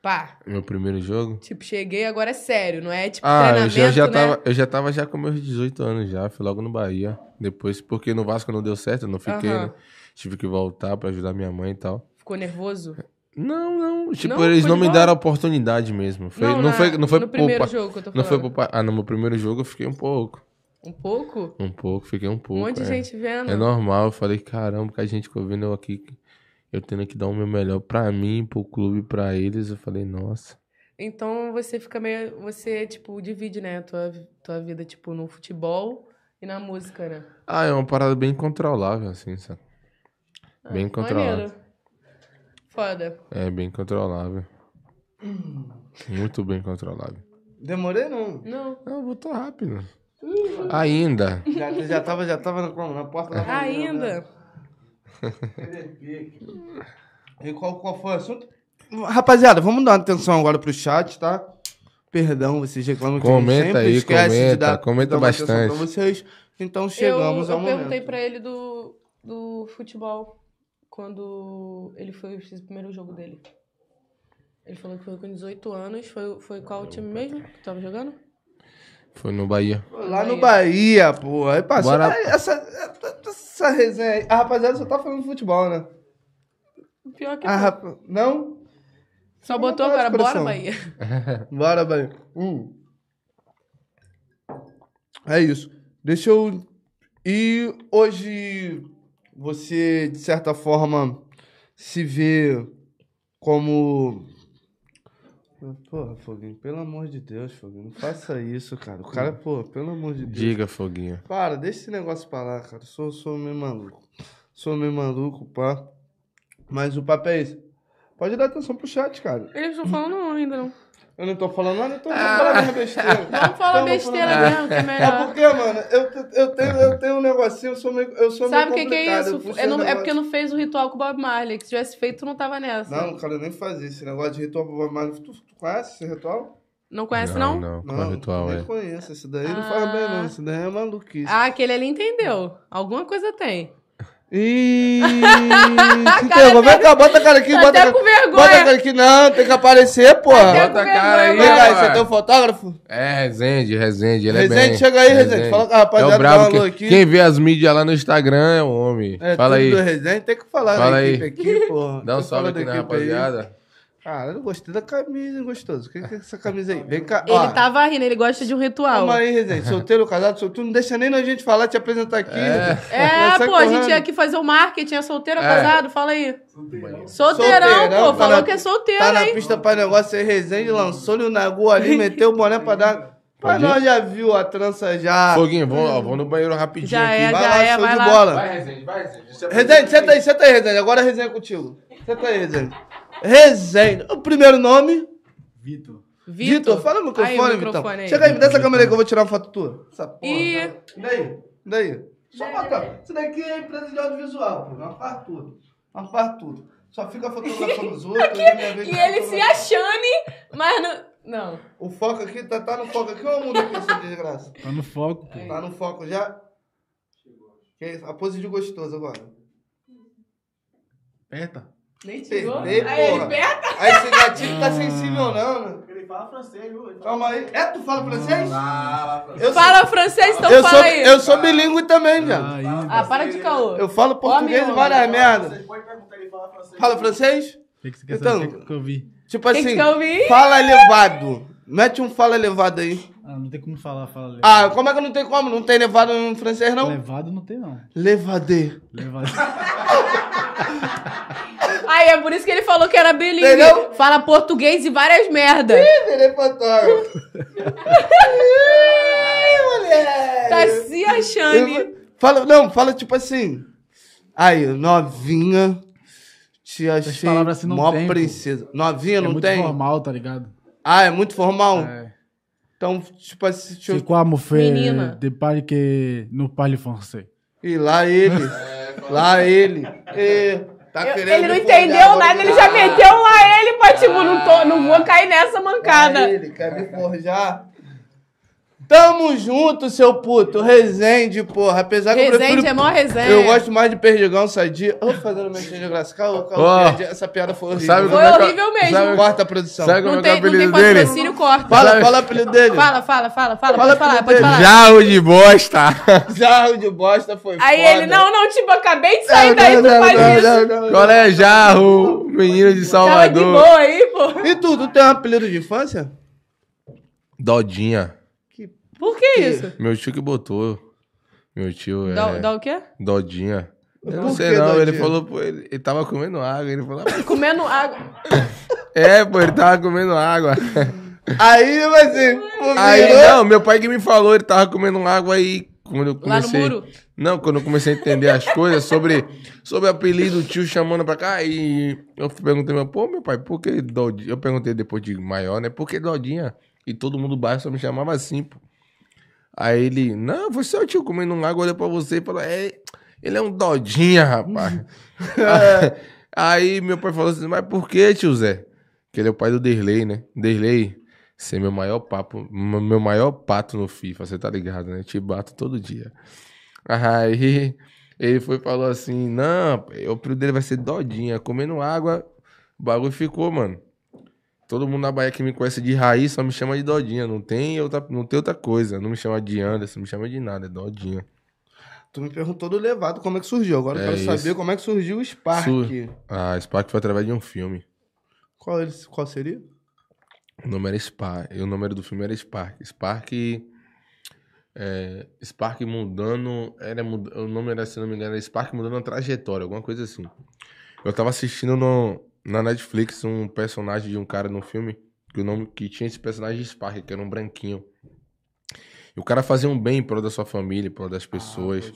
Pá, Meu primeiro jogo. tipo, cheguei, agora é sério, não é tipo Ah, eu treinamento, já, já né? tava, eu já tava já com meus 18 anos já, fui logo no Bahia. Depois, porque no Vasco não deu certo, eu não fiquei, Aham. né? Tive que voltar pra ajudar minha mãe e tal. Ficou nervoso? Não, não. Tipo, Não, eles foi não de me boa? deram a oportunidade mesmo. Foi, não, na- foi, não foi no por primeiro pa- jogo que eu tô falando. Não foi por pa- Ah, no meu primeiro jogo eu fiquei um pouco. Um pouco? Um pouco, fiquei um Um pouco. monte de é. gente vendo. É normal, eu falei, caramba, que a gente que eu vendo eu aqui, eu tendo que dar o meu melhor pra mim, pro clube, pra eles. Eu falei, nossa. Então você fica meio. Você, tipo, divide, né? a Tua, tua vida, tipo, no futebol e na música, né? Ah, é uma parada bem controlável, assim, sabe? Ah, Bem controlado. maneiro. Foda. É bem controlável. Muito bem controlável. Demorei não. Não. Eu vou tô rápido. Ainda. Já, já tava, já tava na, como? na porta da Ah, né? Ainda. E qual, qual foi o assunto? Rapaziada, vamos dar uma atenção agora pro chat, tá? Perdão, vocês reclamam que Comenta a gente sempre aí, esquece de comenta, dar, comenta dar uma atenção bastante. pra vocês. Então chegamos eu, ao eu momento. perguntei pra ele do, do futebol quando ele foi fiz o primeiro jogo dele. Ele falou que foi com 18 anos. Foi, foi qual o time mesmo que tava jogando? Foi no Bahia. Lá no Bahia, pô. Aí passou Bora- aí essa, essa resenha aí. A rapaziada só tá falando de futebol, né? Pior que Ah, A não. rap... Não? Só é não botou parece agora, bora, coração. Bahia. Bora, Bahia. Hum. É isso. Deixa eu. E hoje você, de certa forma, se vê como. Porra, Foguinho, pelo amor de Deus, Foguinho, não faça isso, cara. O cara, pô, pelo amor de Deus. Diga, Foguinho. Para, deixa esse negócio pra lá, cara. Sou, sou meio maluco. Sou meio maluco, pá. Mas o papo é esse. Pode dar atenção pro chat, cara. Eles estão falando não ainda, não. Eu não tô falando nada, então eu tô falando minha besteira. Vamos falar Então eu vou falar- besteira mesmo, que é É melhor. porque, mano, eu, eu, tenho, eu tenho um negocinho, eu sou meio, eu sou Sabe o meio que, que é complicado. eu isso? puxo É, não- um é porque negócio- não fez o ritual com o Bob Marley. Que se tivesse feito, não tava nessa. Não, cara, eu nem fazia esse negócio de ritual pro Bob Marley. Tu, tu conhece esse ritual? Não conhece, não? Não, Qual é o ritual nem é? conheço. Esse daí não faz bem, não. Ah. Esse daí é maluquice. Ah, aquele ali entendeu. Alguma coisa tem. Ih, Cara, que pegou. Vem cá, bota a cara aqui, Tá bota a cara. até com Bota a vergonha. cara aqui, não, tem que aparecer, porra. Até Bota a vergonha, cara aí, Vem cá, rapaz. esse é teu fotógrafo? É, Rezende, Rezende. Ele é Rezende, bem. chega aí, Rezende. Fala com a rapaziada é o brabo que falou que- aqui. Quem vê as mídias lá no Instagram é o homem. É, Fala tudo aí. do Resende, tem que falar Fala da aí. equipe aqui, porra. Dá Tem um que falar salve aqui da na equipe aí. rapaziada. Cara, eu gostei da camisa, hein, gostoso. O que que é essa camisa aí? Vem cá, ó. Ele tá tava rindo, ele gosta de um ritual. Calma aí, Rezende. Solteiro, casado, solteiro. Não deixa nem a gente falar, te apresentar aqui. É. É, Já sai pô, a gente correndo. ia aqui fazer o marketing, é solteiro ou É. casado? Fala aí. Solteirão. Solteirão, Solteirão, pô, tá falou na- que é solteiro, Tá na hein? pista pra negócio aí, Rezende lançou-lhe o Nagu ali, meteu o boné pra dar. Mas Pode ir? nós já viu a trança já. Foguinho, vou, ó, vou no banheiro rapidinho Já aqui. é, Vai já lá, é, show vai de lá. bola. Vai, Rezende, vai, Rezende. Você Rezende, senta aí, senta aí, Rezende. Agora a resenha é contigo. Senta aí, Rezende. Rezende. O primeiro nome? Vitor. Fala no microfone, Aí, o Vitão. microfone aí. Chega aí, me dá essa câmera aí que eu vou tirar uma foto tua. Essa porra. né? Ih. E daí? E daí? Só botar. Isso daqui é empresa de audiovisual, pô. Nós faz tudo. Nós faz tudo. Só fica fotografando os outros. né? e minha vez E de ele se fotografar. achane, mas não. Não. O foco aqui, tá, tá no foco aqui ou muda aqui essa desgraça? Tá no foco, pô. Tá no foco já? Que isso? A pose de gostoso agora. Aperta. Nem tirou. Apertei, Aí ele porra. perto. Aí esse gatinho tá sensível não, né? Ele fala francês, viu? Calma aí. É, tu fala francês? Eu sou- Fala francês, então eu fala sou, aí. eu sou bilíngue também, viado. Aí, Ah, para de caô. Eu falo português e meu. várias merda. Fala francês? o que, que você quer Então- saber? O que, é que eu vi? Tipo Tem assim, que é ouvir. fala elevado. Mete um fala elevado aí. Ah, não tem como falar, fala levado. Ah, como é que não tem como? Não tem levado no francês, não? Levado não tem, não. Levadê. Levado. Aí é por isso que ele falou que era Entendeu? bilíngue. Fala português e várias merda. Virei fotógrafo. Ih, moleque. Tá se achando. Eu- Fala, não, fala tipo assim. Aí, novinha, te achei palavras assim não mó tem, pô. princesa. Novinha é não muito tem? formal, tá ligado? Ah, é muito formal? É. Então, tipo assim, deixa C'est eu quoi mon fait Menina. de Paris que não parle français? E lá ele. lá ele. E, assim. tá Eu- querendo ele não me entendeu forjar, nada, ele já vou- meteu lá ele, pô, tipo, não, tô, não vou cair nessa Ah, lá mancada. ele, quer me forjar. Tamo junto, seu puto. Resende, porra. Apesar que eu Resende prefiro... é mó resenha. Eu gosto mais de Perdigão, Sadia. Ô, fazendo mexer de graça. Calma, Ó. calma. piada- Essa piada foi horrível. Sabe Foi como é que- horrível mesmo. sabe- Corta a produção. Sabe como Não é que é o tem, não tem apelido dele? patrocínio, corta. Fala, sabe- fala o apelido dele. Fala, fala, fala, fala. Fala Pode falar, pro pode dele. falar. Jarro de bosta. Jarro de bosta foi Aí foda. ele, não, não, tipo, acabei de sair daí, tu faz isso. Qual é, Jarro? Menino Tava de de Salvador. boa aí, pô. E tu, tu tem um apelido de infância? Dodinha. Por que isso? Meu tio que botou. Meu tio é... Dá, dá o quê? Dodinha. Eu não Por sei que não, ele Dodinha? falou, pô, ele, ele tava comendo água, ele falou, "Ah, Comendo água. é, pô, ele tava comendo água. Aí, mas assim, Aí, virou- não, meu pai que me falou, ele tava comendo água aí, quando eu Lá no comecei... muro. Não, quando eu comecei a entender as coisas sobre, sobre apelido, o tio chamando pra cá, e eu perguntei, meu, pô, meu pai, por que Dodinha? Eu perguntei depois de maior, né? Por que Dodinha? E todo mundo do bairro só me chamava assim, pô. Aí ele, não, você é o tio comendo um água, olhou pra você e falou, é, ele é um Dodinha, rapaz. Aí meu pai falou assim, mas por que, tio Zé? Que ele é o pai do Derlei, né? Derlei, você é meu maior papo, m- meu maior pato no FIFA, você tá ligado, né? Te bato todo dia. Aí ele foi e falou assim: Não, o período dele vai ser Dodinha, comendo água. O bagulho ficou, mano. Todo mundo na Bahia que me conhece de raiz só me chama de Dodinha. Não tem outra, não tem outra coisa. Não me chama de Anderson, não me chama de nada. É Dodinha. Tu me perguntou do Levado como é que surgiu. Agora eu É quero isso. saber como é que surgiu o Spark. Sur- Ah, Spark foi através de um filme. Qual, ele- qual seria? O nome era Spark. O número do filme era Spark. Spark. é, Spark mudando. Era, mud- o nome era, se não me engano, era Spark mudando a trajetória, alguma coisa assim. Eu tava assistindo no, na Netflix um personagem de um cara no filme. Que o nome que tinha esse personagem de Spark, que era um branquinho. E o cara fazia um bem em prol da sua família, em prol das Ah, pessoas.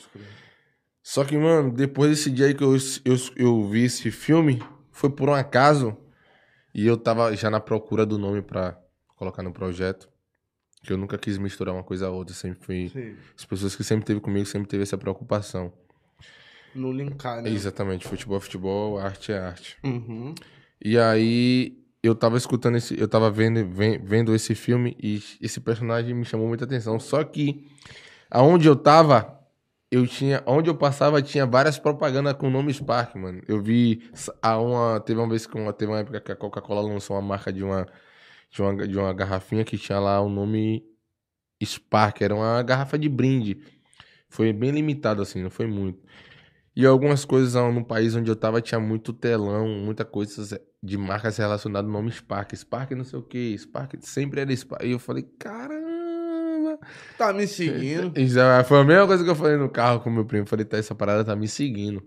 Só que, mano, depois desse dia aí que eu, eu, eu vi esse filme, foi por um acaso. E eu tava já na procura do nome pra colocar no projeto. Que eu nunca quis misturar uma coisa a outra. Sempre fui. Sim. As pessoas que sempre teve comigo sempre teve essa preocupação. No Linkar, né? Exatamente. Futebol é futebol, arte é arte. Uhum. E aí eu tava escutando esse. Eu tava vendo, ven- vendo esse filme e esse personagem me chamou muita atenção. Só que aonde eu tava, eu tinha. Onde eu passava tinha várias propagandas com o nome Spark, mano. Eu vi s- a uma. Teve uma vez que uma, teve uma época que a Coca-Cola lançou uma marca de uma, de uma. De uma garrafinha que tinha lá o nome Spark. Era uma garrafa de brinde. Foi bem limitado, assim, não foi muito. E algumas coisas ah, no país onde eu tava tinha muito telão, muita coisa de marcas relacionadas ao nome Spark. Spark não sei o que, Spark sempre era Spark. E eu falei, caramba! Tá me seguindo. Isso é- foi a mesma coisa que eu falei no carro com meu primo. Eu Falei, tá, essa parada tá me seguindo.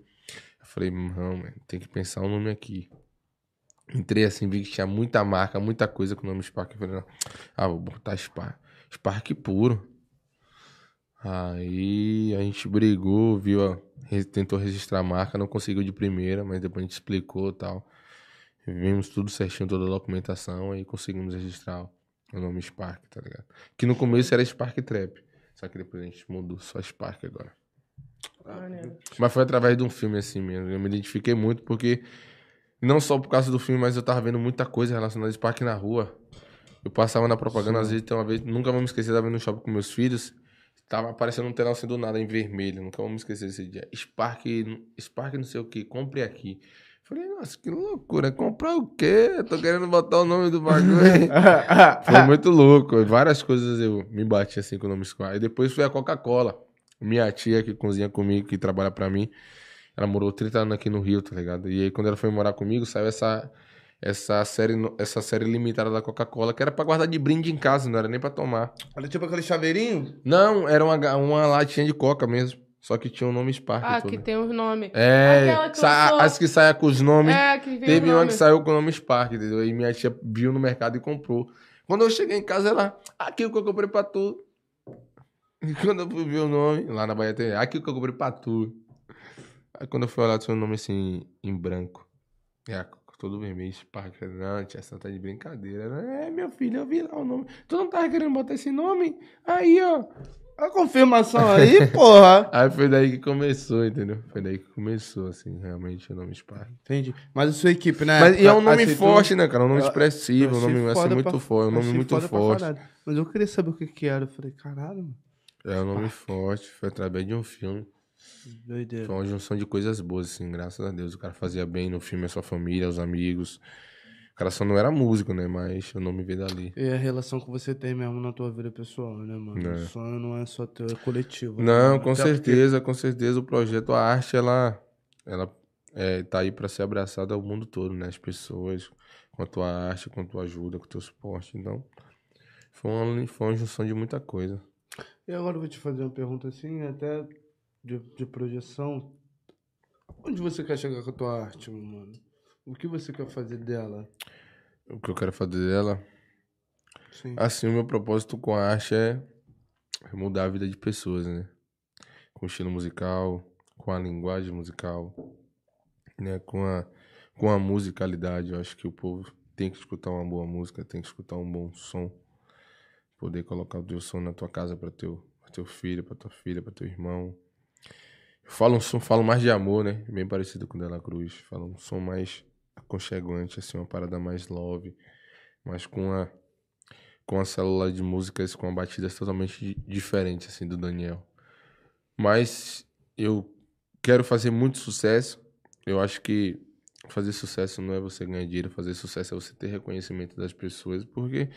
Eu falei, não, mano, tem que pensar um nome aqui. Entrei assim, vi que tinha muita marca, muita coisa com o nome Spark. Eu falei, não, ah, vou botar Spark. Spark puro. Aí a gente brigou, viu? ó, re- Tentou registrar a marca, não conseguiu de primeira, mas depois a gente explicou e tal. Vimos tudo certinho, toda a documentação, aí conseguimos registrar o nome Spark, tá ligado? Que no começo era Spark Trap. Só que depois a gente mudou só Spark agora. Mas foi através de um filme assim mesmo. Eu me identifiquei muito porque. Não só por causa do filme, mas eu tava vendo muita coisa relacionada a Spark na rua. Eu passava na propaganda, às vezes tem uma vez, nunca vou me esquecer, tava indo no shopping com meus filhos. Tava aparecendo um telão assim do nada, em vermelho. Nunca vou me esquecer desse dia. Spark, Spark não sei o que, compre aqui. Falei, nossa, que loucura. Comprar o quê? Eu Tô querendo botar o nome do bagulho. Ah. Foi muito louco. Várias coisas eu me bati assim com o nome Squad. E depois foi a Coca-Cola. Minha tia que cozinha comigo, que trabalha pra mim, ela morou 30 anos aqui no Rio, tá ligado? E aí quando ela foi morar comigo, saiu essa essa série no- essa série limitada da Coca-Cola, que era pra guardar de brinde em casa, não era nem pra tomar. Olha, tipo aquele chaveirinho. Não, era uma, ga- uma latinha de Coca mesmo, só que tinha o nome Spark Ah, e tudo. que tem os nomes. É, Aquela que sa- lançou- as que saia com os nomes. É, que vem Teve o uma nome. que saiu com o nome Spark, entendeu? E minha tia viu no mercado e comprou. Quando eu cheguei em casa, ela, aqui o que eu comprei pra tu. E quando eu fui ver o nome, lá na Bahia tem, aqui o que eu comprei pra tu. Aí quando eu fui olhar, tinha o nome assim, em branco. E a Coca todo vermelho, Spark. Eu falei, Não, tia, essa tá de brincadeira. Ela, é, meu filho, eu vi lá o nome. Tu não tava querendo botar esse nome? Aí, ó. A confirmação aí, porra. Aí foi daí que começou, entendeu? Foi daí que começou, assim, realmente o nome Spark. Entendi. Mas a sua equipe, né? Mas e é um nome aceitou- forte, né, cara? Um nome Eu- expressivo, um achei nome assim, foda muito pra- forte, um nome achei muito foda pra forte. caralho. Mas eu queria saber o que que era. Eu falei, caralho, mano. É um nome forte, foi através de um filme. Doideira. Foi uma junção de coisas boas, assim, graças a Deus. O cara fazia bem no filme, a sua família, os amigos. O cara só não era músico, né? Mas o nome veio dali. E a relação que você tem mesmo na tua vida pessoal, né, mano? É. O sonho não é só teu, é coletivo. Não, né? com Até certeza, com certeza. O projeto, a arte, ela, ela é, tá aí para ser abraçada ao mundo todo, né? As pessoas, com a tua arte, com a tua ajuda, com o teu suporte. Então, foi uma, foi uma junção de muita coisa. E agora eu vou te fazer uma pergunta assim, até de, de projeção. Onde você quer chegar com a tua arte, meu mano? O que você quer fazer dela? O que eu quero fazer dela. Sim. Assim, o meu propósito com a arte é mudar a vida de pessoas, né? Com o estilo musical, com a linguagem musical, né? Com a, com a musicalidade. Eu acho que o povo tem que escutar uma boa música, tem que escutar um bom som. Poder colocar o teu som na tua casa para teu, pra teu filho, para tua filha, para teu irmão. Eu falo um som, falo mais de amor, né? Bem parecido com o Dela Cruz. Falo um som mais aconchegante, assim, uma parada mais love. Mas com a com a célula de músicas com batidas totalmente di- diferente assim do Daniel. Mas eu quero fazer muito sucesso. Eu acho que fazer sucesso não é você ganhar dinheiro, fazer sucesso é você ter reconhecimento das pessoas, porque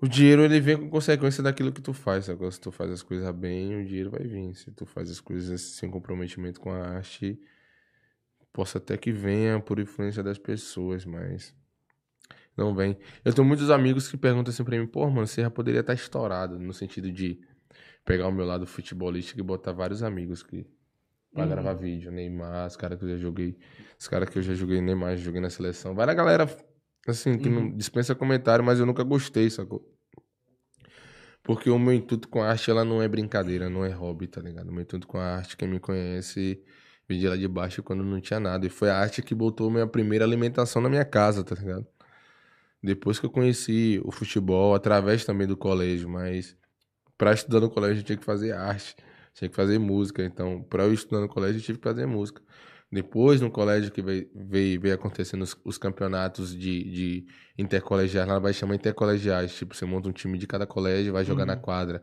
o dinheiro ele vem com consequência daquilo que tu faz. Agora, se tu faz as coisas bem, o dinheiro vai vir. Se tu faz as coisas sem comprometimento com a arte, posso até que venha por influência das pessoas, mas não vem. Eu tenho muitos amigos que perguntam assim pra mim, pô, mano, você já poderia estar estourado, no sentido de pegar o meu lado futebolístico e botar vários amigos que pra Uhum. gravar vídeo, Neymar, os caras que eu já joguei, os caras que eu já joguei Neymar, joguei na seleção. Vai na galera, assim, que não dispensa comentário, mas eu nunca gostei, sacou? Porque o meu intuito com a arte, ela não é brincadeira, não é hobby, tá ligado? O meu intuito com a arte, quem me conhece, vim de lá de baixo quando não tinha nada. E foi a arte que botou minha primeira alimentação na minha casa, tá ligado? Depois que eu conheci o futebol, através também do colégio, mas pra estudar no colégio eu tinha que fazer arte, tinha que fazer música. Então, pra eu estudar no colégio eu tive que fazer música. Depois, no colégio que veio, veio, veio acontecendo os, os campeonatos de, de intercolegiais, lá vai chamar intercolegiais. Tipo, você monta um time de cada colégio e vai jogar na quadra,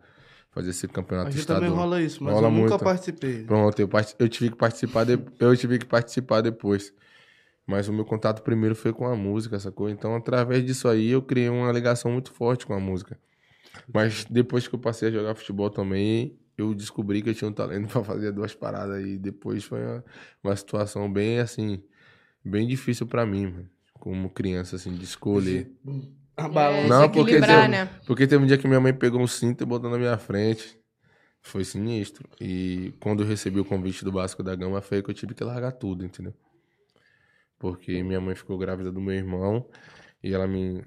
fazer esse campeonato Aqui estadual. também rola isso, mas Rola eu nunca muito. participei. Pronto, eu, parti- eu tive que participar de- eu tive que participar depois. Mas o meu contato primeiro foi com a música, sacou? Então, através disso aí, eu criei uma ligação muito forte com a música. Mas depois que eu passei a jogar futebol também, eu descobri que eu tinha um talento pra fazer duas paradas. E depois foi uma, uma situação bem, assim, bem difícil pra mim, mano. Como criança, assim, de escolher. A É, balança. Não, se porque equilibrar, eu- né? Porque teve um dia que minha mãe pegou um cinto e botou na minha frente. Foi sinistro. E quando eu recebi o convite do Basco da Gama, foi aí que eu tive que largar tudo, entendeu? Porque minha mãe ficou grávida do meu irmão e ela me.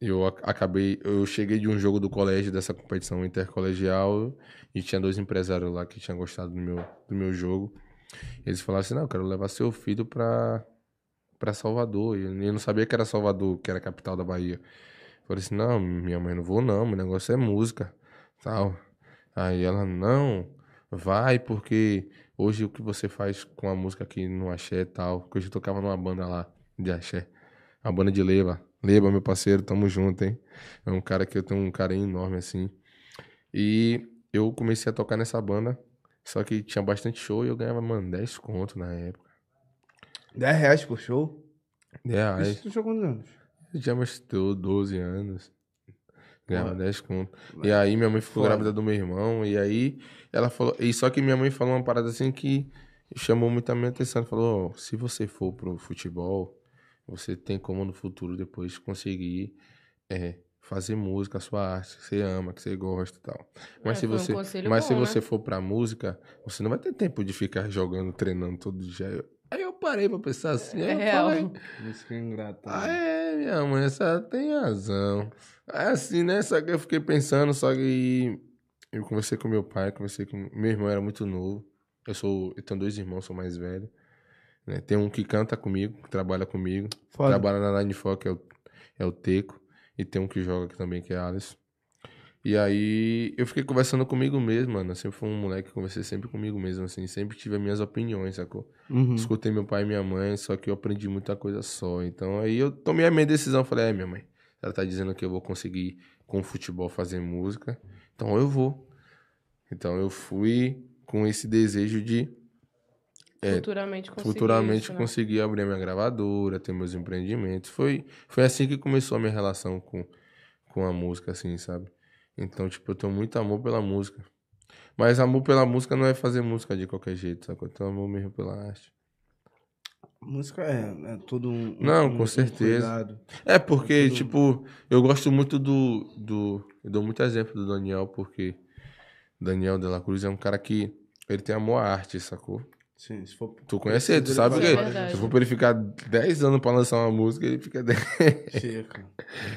Eu ac- acabei. Eu cheguei de um jogo do colégio, dessa competição intercolegial, e tinha dois empresários lá que tinham gostado do meu, do meu jogo. Eles falaram assim: não, eu quero levar seu filho pra, pra Salvador. E eu não sabia que era Salvador, que era a capital da Bahia. Falei assim, não, minha mãe, não vou não, meu negócio é música, tal. Aí ela, não, vai, porque hoje o que você faz com a música aqui no axé e tal, porque hoje eu tocava numa banda lá de axé, a banda de Leba. Leba, meu parceiro, tamo junto, hein? É um cara que eu tenho um carinho enorme, assim. E eu comecei a tocar nessa banda, só que tinha bastante show e eu ganhava, mano, 10 conto na época. 10 reais por show? 10 reais. Isso tu tinha quantos anos? Eu tinha mais teu 12 anos. Ganhava Ué. 10 conto. Ué. E aí minha mãe ficou Foda. grávida do meu irmão. E aí ela falou. E só que minha mãe falou uma parada assim que chamou muito a minha atenção. Ela falou: "Ó, se você for pro futebol, você tem como no futuro depois conseguir é, fazer música, a sua arte, que você ama, que você gosta e tal. Mas É, se foi um você. conselho mas se bom, né? você for pra música, você não vai ter tempo de ficar jogando, treinando todo dia. Aí eu parei pra pensar assim. É aí eu real. falei, Isso que é ingrato. ah, é, minha mãe, essa tem razão. É assim, né? Só que eu fiquei pensando, só que eu conversei com meu pai, conversei com. Meu irmão era muito novo. Eu sou. Eu tenho dois irmãos, sou mais velho. né? Tem um que canta comigo, que trabalha comigo. Foda. Trabalha na Line Four, que é o, é o Teco. E tem um que joga aqui também, que é Alisson. E aí eu fiquei conversando comigo mesmo, mano. Eu sempre fui um moleque que conversei sempre comigo mesmo, assim. Sempre tive as minhas opiniões, sacou? Hum. Uhum. Escutei meu pai e minha mãe, só que eu aprendi muita coisa só. Então aí eu tomei a minha decisão. Falei, é, minha mãe, ela tá dizendo que eu vou conseguir com o futebol fazer música. Então eu vou. Então eu fui com esse desejo de Futuramente conseguir. é, futuramente isso, né? conseguir abrir minha gravadora, ter meus empreendimentos. Foi, foi assim que começou a minha relação com, com a música, assim, sabe? Então, tipo, eu tenho muito amor pela música. Mas amor pela música não é fazer música de qualquer jeito, sacou? Eu tenho amor mesmo pela arte. Música é, é todo um. Não, um- com um certeza. cuidado. É porque, Tudo- tipo, eu gosto muito do, do. Eu dou muito exemplo do Daniel, porque Daniel de la Cruz é um cara que. Ele tem amor à arte, sacou? Sim, se for. Tu conhece ele, tu sabe faz que várias se coisas. for pra ele ficar 10 anos pra lançar uma música, ele fica 10. Chega.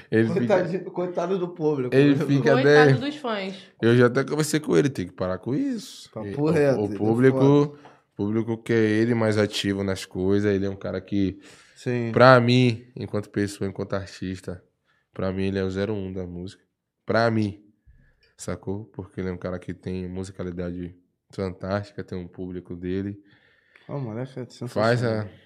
Ele fica Coitado, coitado do público. Ele fica Coitado bem. um dos fãs. Eu já até conversei com ele, tem que parar com isso. Papo E- o- reto, o, ele é público, público quer ele mais ativo nas coisas, ele é um cara que, Sim. pra mim, enquanto pessoa, enquanto artista, pra mim ele é o 01 da música. Pra mim. Sacou? Porque ele é um cara que tem musicalidade fantástica, tem um público dele. Ó, o moleque é Faz sensacional. a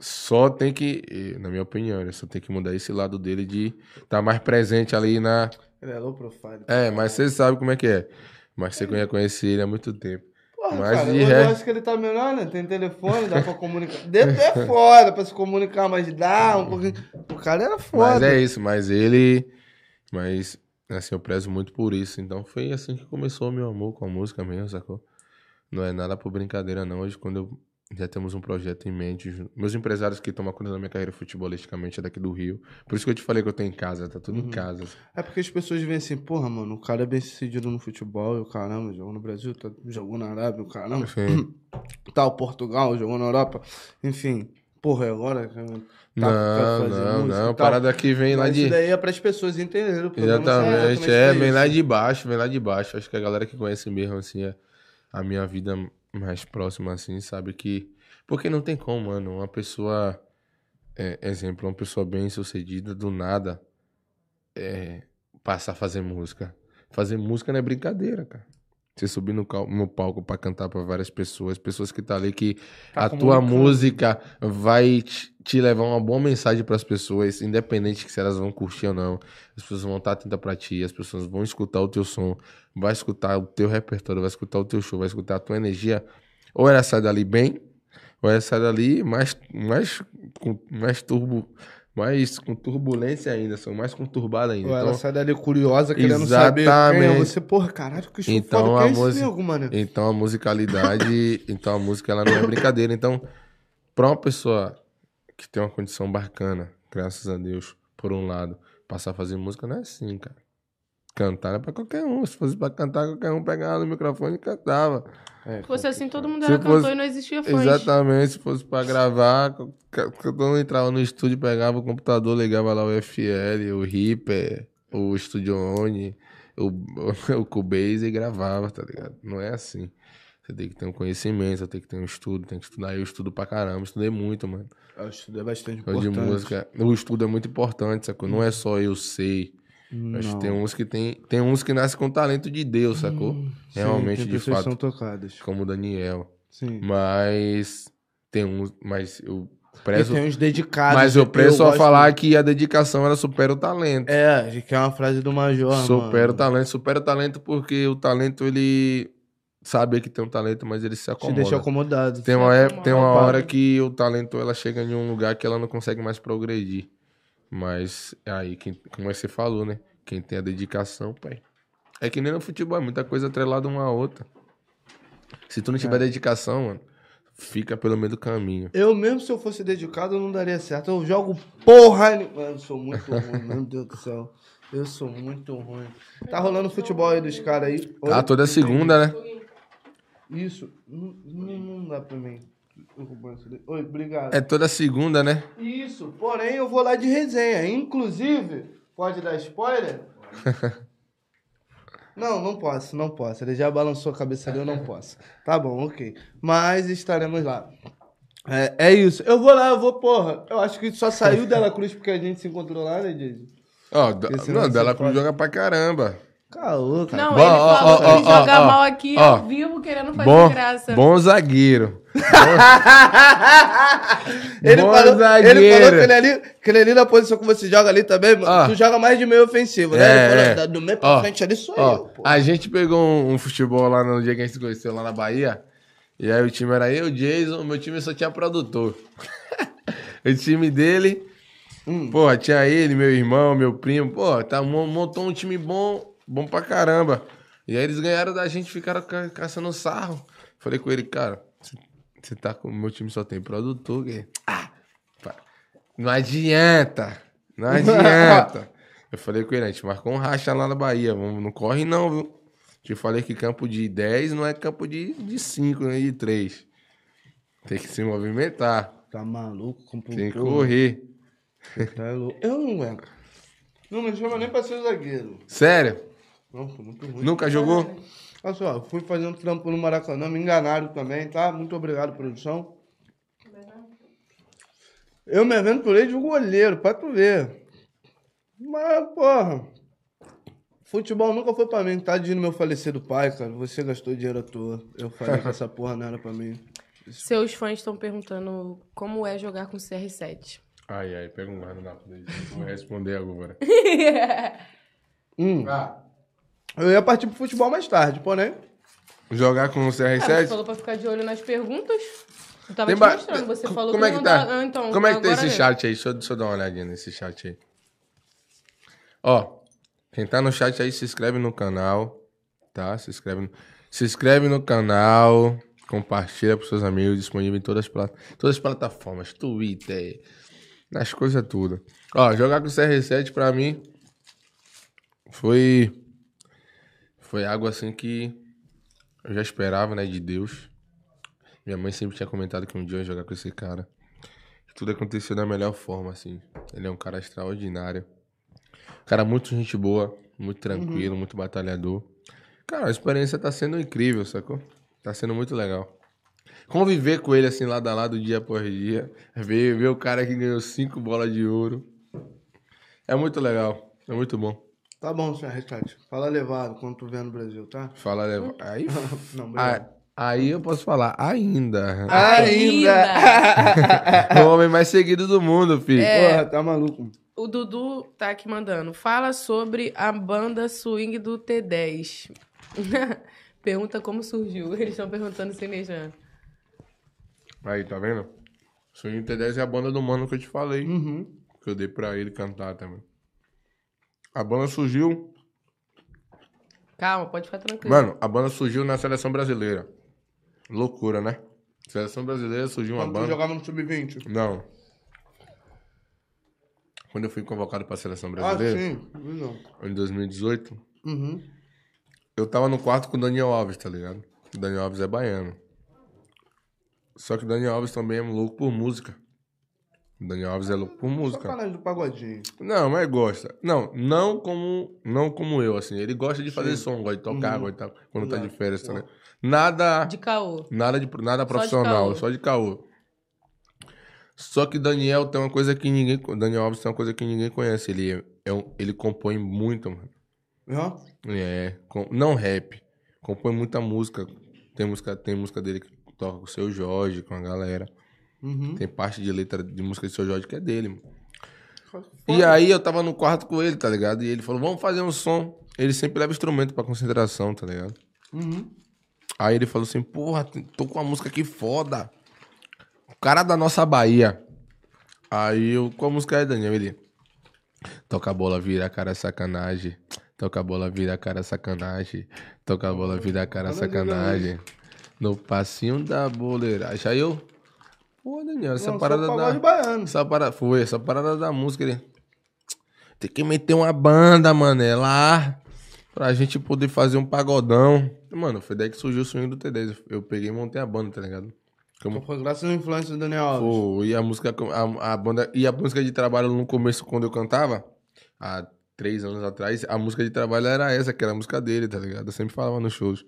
só tem que, eh, na minha opinião, ele só tem que mudar esse lado dele de estar mais presente ali na Ele é low profile. É, mas você sabe como é que é. Mas você já conhece ele há muito tempo. Porra, mas cara, de hoje eu resto- acho que ele tá melhor, né? Tem telefone, dá pra comunicar. Dentro é foda pra se comunicar, mas dá um pouquinho. O cara era Mas foda. é isso, mas ele. Mas, assim, eu prezo muito por isso. Então foi assim que começou o meu amor com a música mesmo, sacou? Não é nada por brincadeira, não. Hoje, quando eu. Já temos um projeto em mente. ju- Meus empresários que tomam conta da minha carreira futebolisticamente é daqui do Rio. Por isso que eu te falei que eu tenho em casa, tá tudo em Uhum. casa. assim. É porque as pessoas veem assim, porra, mano, o cara é bem sucedido no futebol, e o caramba, jogou no Brasil, tá- jogou na Arábia, o caramba, Enfim, tal, Portugal, jogou na Europa, enfim. Porra, e agora? Tá, fazer música não, não, e não. tal. A parada aqui vem lá Mas de. Isso daí é pras pessoas entenderem. o problema não é Exatamente, exatamente é, pra vem isso. lá de baixo, vem lá de baixo. Acho que a galera que conhece mesmo, assim, é a minha vida mais próxima, assim, sabe que. Porque não tem como, mano. Uma pessoa. é, exemplo, uma pessoa bem sucedida, do nada. é, passar a fazer música. Fazer música não é brincadeira, cara. Você subir no, cal- no palco pra cantar pra várias pessoas, pessoas que tá ali que Tá a tua comunicando. música vai te, te levar uma boa mensagem pras pessoas, independente que se elas vão curtir ou não. As pessoas vão estar atentas pra ti, as pessoas vão escutar o teu som, vai escutar o teu repertório, vai escutar o teu show, vai escutar a tua energia. Ou ela sai dali bem, ou ela sai dali mais, mais, com- mais turbo, mais com turbulência ainda, são mais conturbada ainda. Ou ela Então- sai dali curiosa, querendo saber quem é Exatamente. você. Porra, caralho, que show Então, foda, que é a esse música- nego, mano? Então a musicalidade, então a música ela não é brincadeira. Então, pra uma pessoa que tem uma condição bacana, graças a Deus, por um lado, passar a fazer música não é assim, cara. Cantar é pra qualquer um. Se fosse pra cantar, qualquer um pegava no microfone e cantava. É, Se fosse assim, todo mundo Se era cantor fosse- e não existia fãs. Exatamente, se fosse pra gravar, ca- cada um entrava no estúdio, pegava o computador, ligava lá o FL, o Reaper, o Studio One, o, o Cubase e gravava, tá ligado? Não é assim. Você tem que ter um conhecimento, você tem que ter um estudo, tem que estudar. Eu estudo pra caramba, estudei muito, mano. Eu estudei é bastante Eu de música. O estudo é muito importante, sacou? Não é só eu sei. Eu Acho que tem uns que tem, tem uns que nascem com talento de Deus, sacou? Realmente, de fato. são tocadas. Como o Daniel. Sim. Mas tem uns. Mas eu prezo. E tem uns dedicados. Mas eu prezo a gosto falar muito. que a dedicação ela supera o talento. É, que é uma frase do Major, supera mano. o talento. Supera o talento porque o talento ele sabe que tem um talento, mas ele se Te acomoda. deixa acomodado. Tem uma, Se época, tem uma acomoda. né? hora que o talento ela chega em um lugar que ela não consegue mais progredir. Mas é aí, quem, como você falou, né? Quem tem a dedicação, pai. É que nem no futebol, é muita coisa atrelada uma à outra. Se tu não É. tiver dedicação, mano, fica pelo meio do caminho. Eu mesmo, se eu fosse dedicado, eu não daria certo. Eu jogo porra. nenhuma. Mano, eu sou muito ruim, meu Deus do céu. Eu sou muito ruim. Tá rolando futebol aí dos caras aí. Oi? Tá toda segunda, né? Isso. Não, não- não dá pra mim. Eu roubar isso daí. Oi, obrigado. É toda segunda, né? Isso, porém eu vou lá de resenha. Inclusive, pode dar spoiler? não, não posso, não posso. Ele já balançou a cabeça ali, eu não posso. Tá bom, ok. Mas estaremos lá. É, é isso. Eu vou lá, eu vou, porra. Eu acho que só saiu Dela Cruz porque a gente se encontrou lá, né, Didi? Ó, da- Esse não, lance Dela é Cruz foda. joga pra caramba. Caô, cara. Não, Bom, ele ó, falou ó, que me ó, jogar ó, mal aqui ó. ao vivo querendo fazer Bom, graça. bom zagueiro. ele, Bom falou, ele zagueiro. falou que ele ali, que ele é ali na posição que você joga ali também, mano, Ah. tu joga mais de meio ofensivo, né? É, ele é. falou, "Da- do meio pra Ó, frente ali sou eu, Ó, pô. a gente pegou um, um futebol lá no dia que a gente se conheceu lá na Bahia. E aí o time era eu, Jason, meu time só tinha produtor. o time dele, Hum. pô, tinha ele, meu irmão, meu primo, pô, tá, mon- montou um time bom, bom pra caramba. E aí eles ganharam da gente, ficaram ca- caçando sarro. Falei com ele, cara, você tá com. Meu time só tem produtor, que... Ah! pá, Não adianta! Não adianta! Eu falei com ele, a gente marcou um racha lá na Bahia, vamos, não corre não, viu? Te falei que campo de 10 não é campo de, de 5, nem de 3. Tem que se movimentar, Tá maluco? Comprou tem que correr. Tá louco. Eu não aguento. Não me chama nem pra ser zagueiro. Sério? Não, foi muito ruim. Nunca jogou? Olha só, eu fui fazendo trampo no Maracanã, me enganaram também, tá? Muito obrigado, produção. Eu me aventurei de goleiro, pra tu ver. Mas, porra, futebol nunca foi pra mim. Tadinho do meu falecido pai, cara. Você gastou dinheiro à toa. Eu falei que essa porra não era pra mim. Seus fãs estão perguntando como é jogar com CR7. Ai, ai, pega um guarda na dele. Vou responder agora. Hum, Ah, eu ia partir pro futebol mais tarde, porém. jogar com o Ah, você CR7? falou pra ficar de olho nas perguntas. Eu tava Tem te ba- mostrando, você Co- falou como que é que não tá? dá- Ah, então, Como é que tá agora esse é. chat aí? Deixa eu, deixa eu dar uma olhadinha nesse chat aí. Ó, quem tá no chat aí, se inscreve no canal, tá? Se inscreve no, se inscreve no canal, compartilha pros seus amigos, disponível em todas as, pla- todas as plataformas, Twitter, nas coisas tudo. Ó, jogar com o CR7 pra mim foi... Foi algo assim que eu já esperava, né, de Deus. Minha mãe sempre tinha comentado que um dia eu ia jogar com esse cara. Tudo aconteceu da melhor forma, assim. Ele é um cara extraordinário. Um Cara, muito gente boa, muito tranquilo, muito batalhador. Cara, a experiência tá sendo incrível, sacou? Tá sendo muito legal. Conviver com ele, assim, lado a lado, dia após dia. Ver, ver o cara que ganhou cinco bolas de ouro. É muito legal. É muito bom. Tá bom, senhor Restante. Fala levado quando tu vier no Brasil, tá? Fala, leva. né? Aí, Não, obrigado. aí, aí eu posso falar, ainda. Ainda. o homem mais seguido do mundo, filho. Porra, tá maluco. O Dudu tá aqui mandando. Fala sobre a banda swing do T10. Pergunta como surgiu. Eles estão perguntando assim né? sem nejar. Aí, tá vendo? Swing T10 é a banda do mano que eu te falei. Uhum. Que eu dei pra ele cantar também. A banda surgiu. Calma, pode ficar tranquilo. Mano, a banda surgiu na seleção brasileira. Loucura, né? Seleção brasileira surgiu uma Quando tu banda. jogava no Sub-20. Não. Quando eu fui convocado pra seleção Ah, brasileira, sim. Não. em 2018, Uhum. eu tava no quarto com o Daniel Alves, tá ligado? O Daniel Alves é baiano. Só que o Daniel Alves também é louco por música. O Daniel Alves é louco por Só música. canais do pagodinho. Não, mas gosta. Não, não como, não como eu, assim. Ele gosta de fazer som, gosta de tocar, gosta de tal, quando tá de férias, tá ligado? Nada, De caô. nada, de, nada profissional, caô. só de caô. Só que Daniel tem uma coisa que ninguém... Daniel Alves tem uma coisa que ninguém conhece. Ele, é um- ele compõe muito, mano. Ó, É, com- não rap. Compõe muita música. Tem música, tem música dele que toca com o Seu Jorge, com a galera. Uhum. Tem parte de letra de música do Seu Jorge que é dele, mano. E aí eu tava no quarto com ele, tá ligado? E ele falou, vamos fazer um som. Ele sempre leva instrumento pra concentração, tá ligado? Uhum. Aí ele falou assim, porra, tô com uma música aqui foda. O cara da nossa Bahia. Aí eu, qual música é, Daniel? Ele, toca a bola, vira a cara, sacanagem. Toca a bola, vira a cara, sacanagem. Toca a bola, vira a cara, sacanagem. No passinho da boleira. Aí eu, pô, Daniel, essa Lançou parada o da... pagode baiano. Essa parada, foi, essa parada da música, ele... Tem que meter uma banda, mano, é lá. Pra gente poder fazer um pagodão. Mano, foi daí que surgiu o swing do T10. Eu peguei e montei a banda, tá ligado? Então foi graças à influência do Daniel Alves. Pô, e a música, a, a banda, e a música de trabalho no começo, quando eu cantava, há três anos atrás, a música de trabalho era essa, que era a música dele, tá ligado? Eu sempre falava nos shows.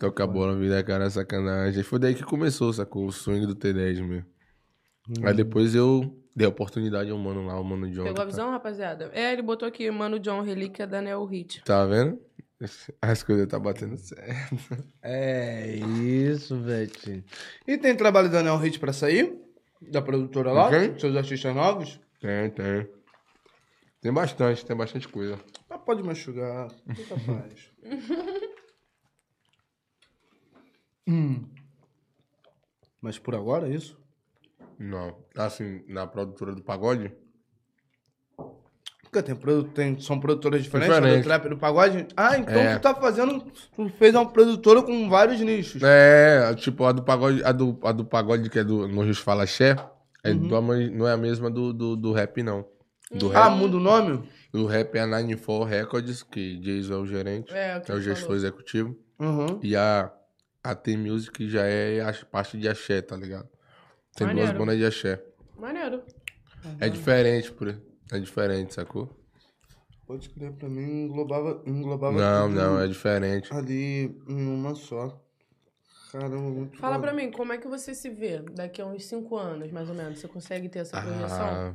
Toca a bola, vira a cara, sacanagem. Foi daí que começou, sacou? O swing do T10 mesmo. Aí depois eu dei a oportunidade ao mano lá, o mano John. Pegou a Tá, visão, rapaziada? É, ele botou aqui, mano, John, relíquia da Neo é Hit. tá vendo? As coisas tá batendo certo. É isso, Betinho. E tem trabalho da Neo Hit pra sair? Da produtora lá? Tem. Seus artistas novos? Tem, tem. Tem bastante, tem bastante coisa. Ah, pode machucar. Fica paz. Hum. Mas por agora é isso? Não. Assim, na produtora do pagode? Porque tem, produ- tem- são produtoras diferentes, a do Diferente. trap e do pagode. Ah, então É. tu tá fazendo. Tu fez uma produtora com vários nichos. É, tipo, a do pagode, a do, a do pagode que é do No Rios Fala Xé, é Uhum. do- não é a mesma do, do, do rap, não. Do Ah, rap, muda o nome? do rap é a 94 Records, que Jason é o gerente, É, o que é o ele gestor falou. executivo. Uhum. E a, a T Music já é a parte de axé, tá ligado? Tem Maneiro. Uhum. duas bandas de axé. Maneiro. É diferente, por É diferente, sacou? Pode crer, pra mim englobava, englobava Não, tudo não, é diferente. ali em uma só. Caramba, muito Fala foda. pra mim, como é que você se vê daqui a uns 5 anos, mais ou menos? Você consegue ter essa projeção? Ah,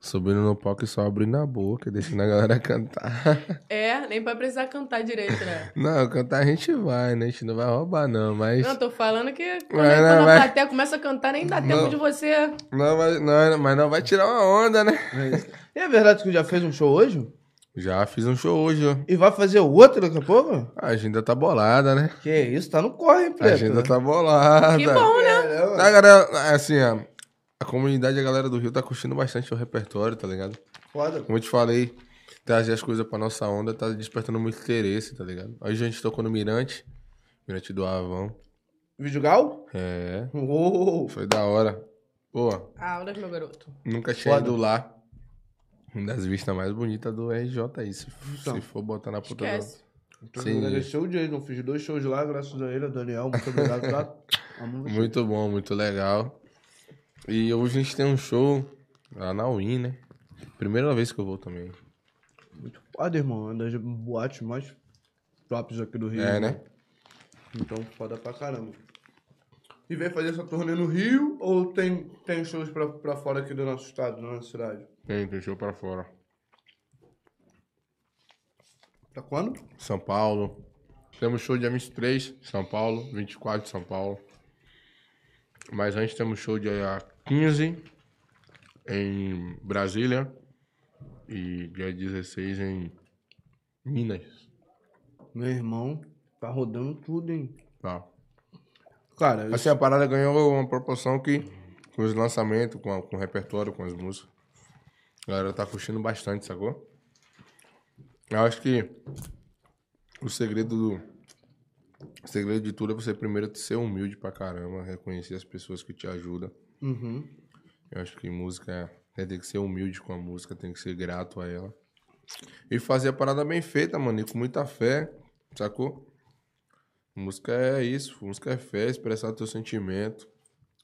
subindo no palco e só abrindo a boca, deixando a galera cantar. É, nem vai precisar cantar direito, né? Não, cantar a gente vai, né? A gente não vai roubar, não, mas. Não, tô falando que quando, Vai, né, quando a vai. plateia começa a cantar, nem dá tempo Não. de você. Não, vai- não, é, mas não vai tirar uma onda, né? E é verdade que tu já fez um show hoje? Já fiz um show hoje, ó. E vai fazer outro daqui a pouco? A agenda tá bolada, né? Que isso, tá no corre, hein, A preto? agenda tá bolada. Que É, bom, né? Tá, galera, assim, ó, a comunidade, a galera do Rio tá curtindo bastante o repertório, tá ligado? Foda. Como eu te falei, trazer as coisas pra nossa onda tá despertando muito interesse, tá ligado? Hoje a gente tocou no Mirante, Mirante do Avão. Videogal? É, Uou. foi da hora. Pô, Aulas, meu garoto. Nunca tinha Foda. ido lá. Uma das vistas mais bonitas do RJ aí. Se, Então. se for botar na puta do... Esquece. Então, Sim. agradecer o Jason, fiz dois shows lá, graças a ele, a Daniel, muito obrigado, tá? Amo você. Muito bom, muito legal. E hoje a gente tem um show lá na UIN, né? Primeira vez que eu vou também. é Muito foda, irmão, uma das boates mais tops aqui do Rio. É, né? Então, foda pra caramba. E vem fazer essa turnê no Rio ou tem, tem shows pra, pra fora aqui do nosso estado, da nossa cidade? Tem, tem show pra fora. Pra quando? São Paulo. Temos show dia 23, São Paulo. 24, São Paulo. Mas antes temos show dia 15 em Brasília. E dia 16 em Minas. Meu irmão, tá rodando tudo, hein? Tá. Cara, Assim, a parada ganhou uma proporção que, com os lançamentos, com, a- com o repertório, com as músicas, a galera tá curtindo bastante, sacou? Eu acho que o segredo do. O segredo de tudo é você primeiro ser humilde pra caramba, reconhecer as pessoas que te ajudam. Uhum. Eu acho que música é, tem que ser humilde com a música, tem que ser grato a ela. E fazer a parada bem feita, mano, e com muita fé, sacou? Música é isso, música é fé, expressar teu sentimento.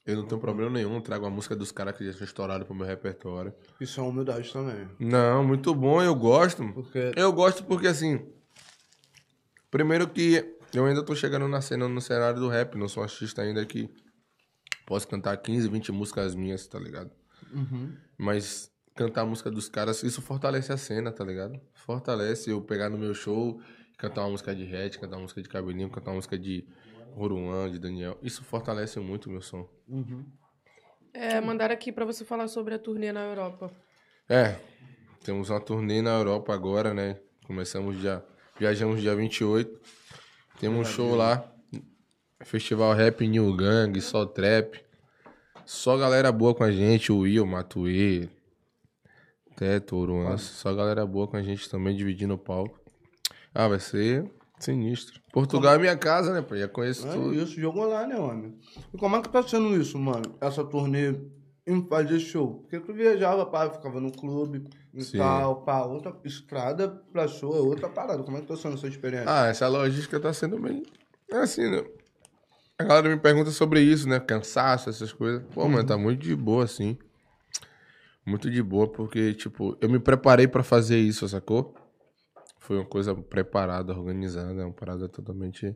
Eu não tenho problema nenhum, trago a música dos caras que já tinham estourado pro meu repertório. Isso é humildade também. Não, muito bom, eu gosto. Porque. Eu gosto porque, assim. Primeiro que eu ainda tô chegando na cena, no cenário do rap. Não sou um artista ainda que posso cantar 15, 20 músicas minhas, tá ligado? Mas cantar a música dos caras, isso fortalece a cena, tá ligado? Fortalece eu pegar no meu show, cantar uma música de Red, cantar uma música de Cabelinho, cantar uma música de Ruruan, de Daniel. Isso fortalece muito o meu som. É, mandaram aqui pra você falar sobre a turnê na Europa. É, temos uma turnê na Europa agora, né? Começamos dia. Viajamos dia 28. Temos um show lá. Festival Rap New Gang, só trap. Só galera boa com a gente, o Will, Matuê, Teto, Oruan. Só galera boa com a gente também, dividindo o palco. Ah, vai ser sinistro. Portugal é minha casa, né, pai? Já conheço É tudo. isso, jogou lá, né, homem? E como é que tá sendo isso, mano? Essa turnê em fazer show? Porque tu viajava, pá, ficava no clube e Sim. tal, pá, outra estrada pra show é outra parada. Como é que tá sendo essa experiência? Ah, essa logística tá sendo bem. É assim, né? A galera me pergunta sobre isso, né? Cansaço, essas coisas. Pô, mano, tá muito de boa, assim. Muito de boa, porque, tipo, eu me preparei pra fazer isso, sacou? Foi uma coisa preparada, organizada, é uma parada totalmente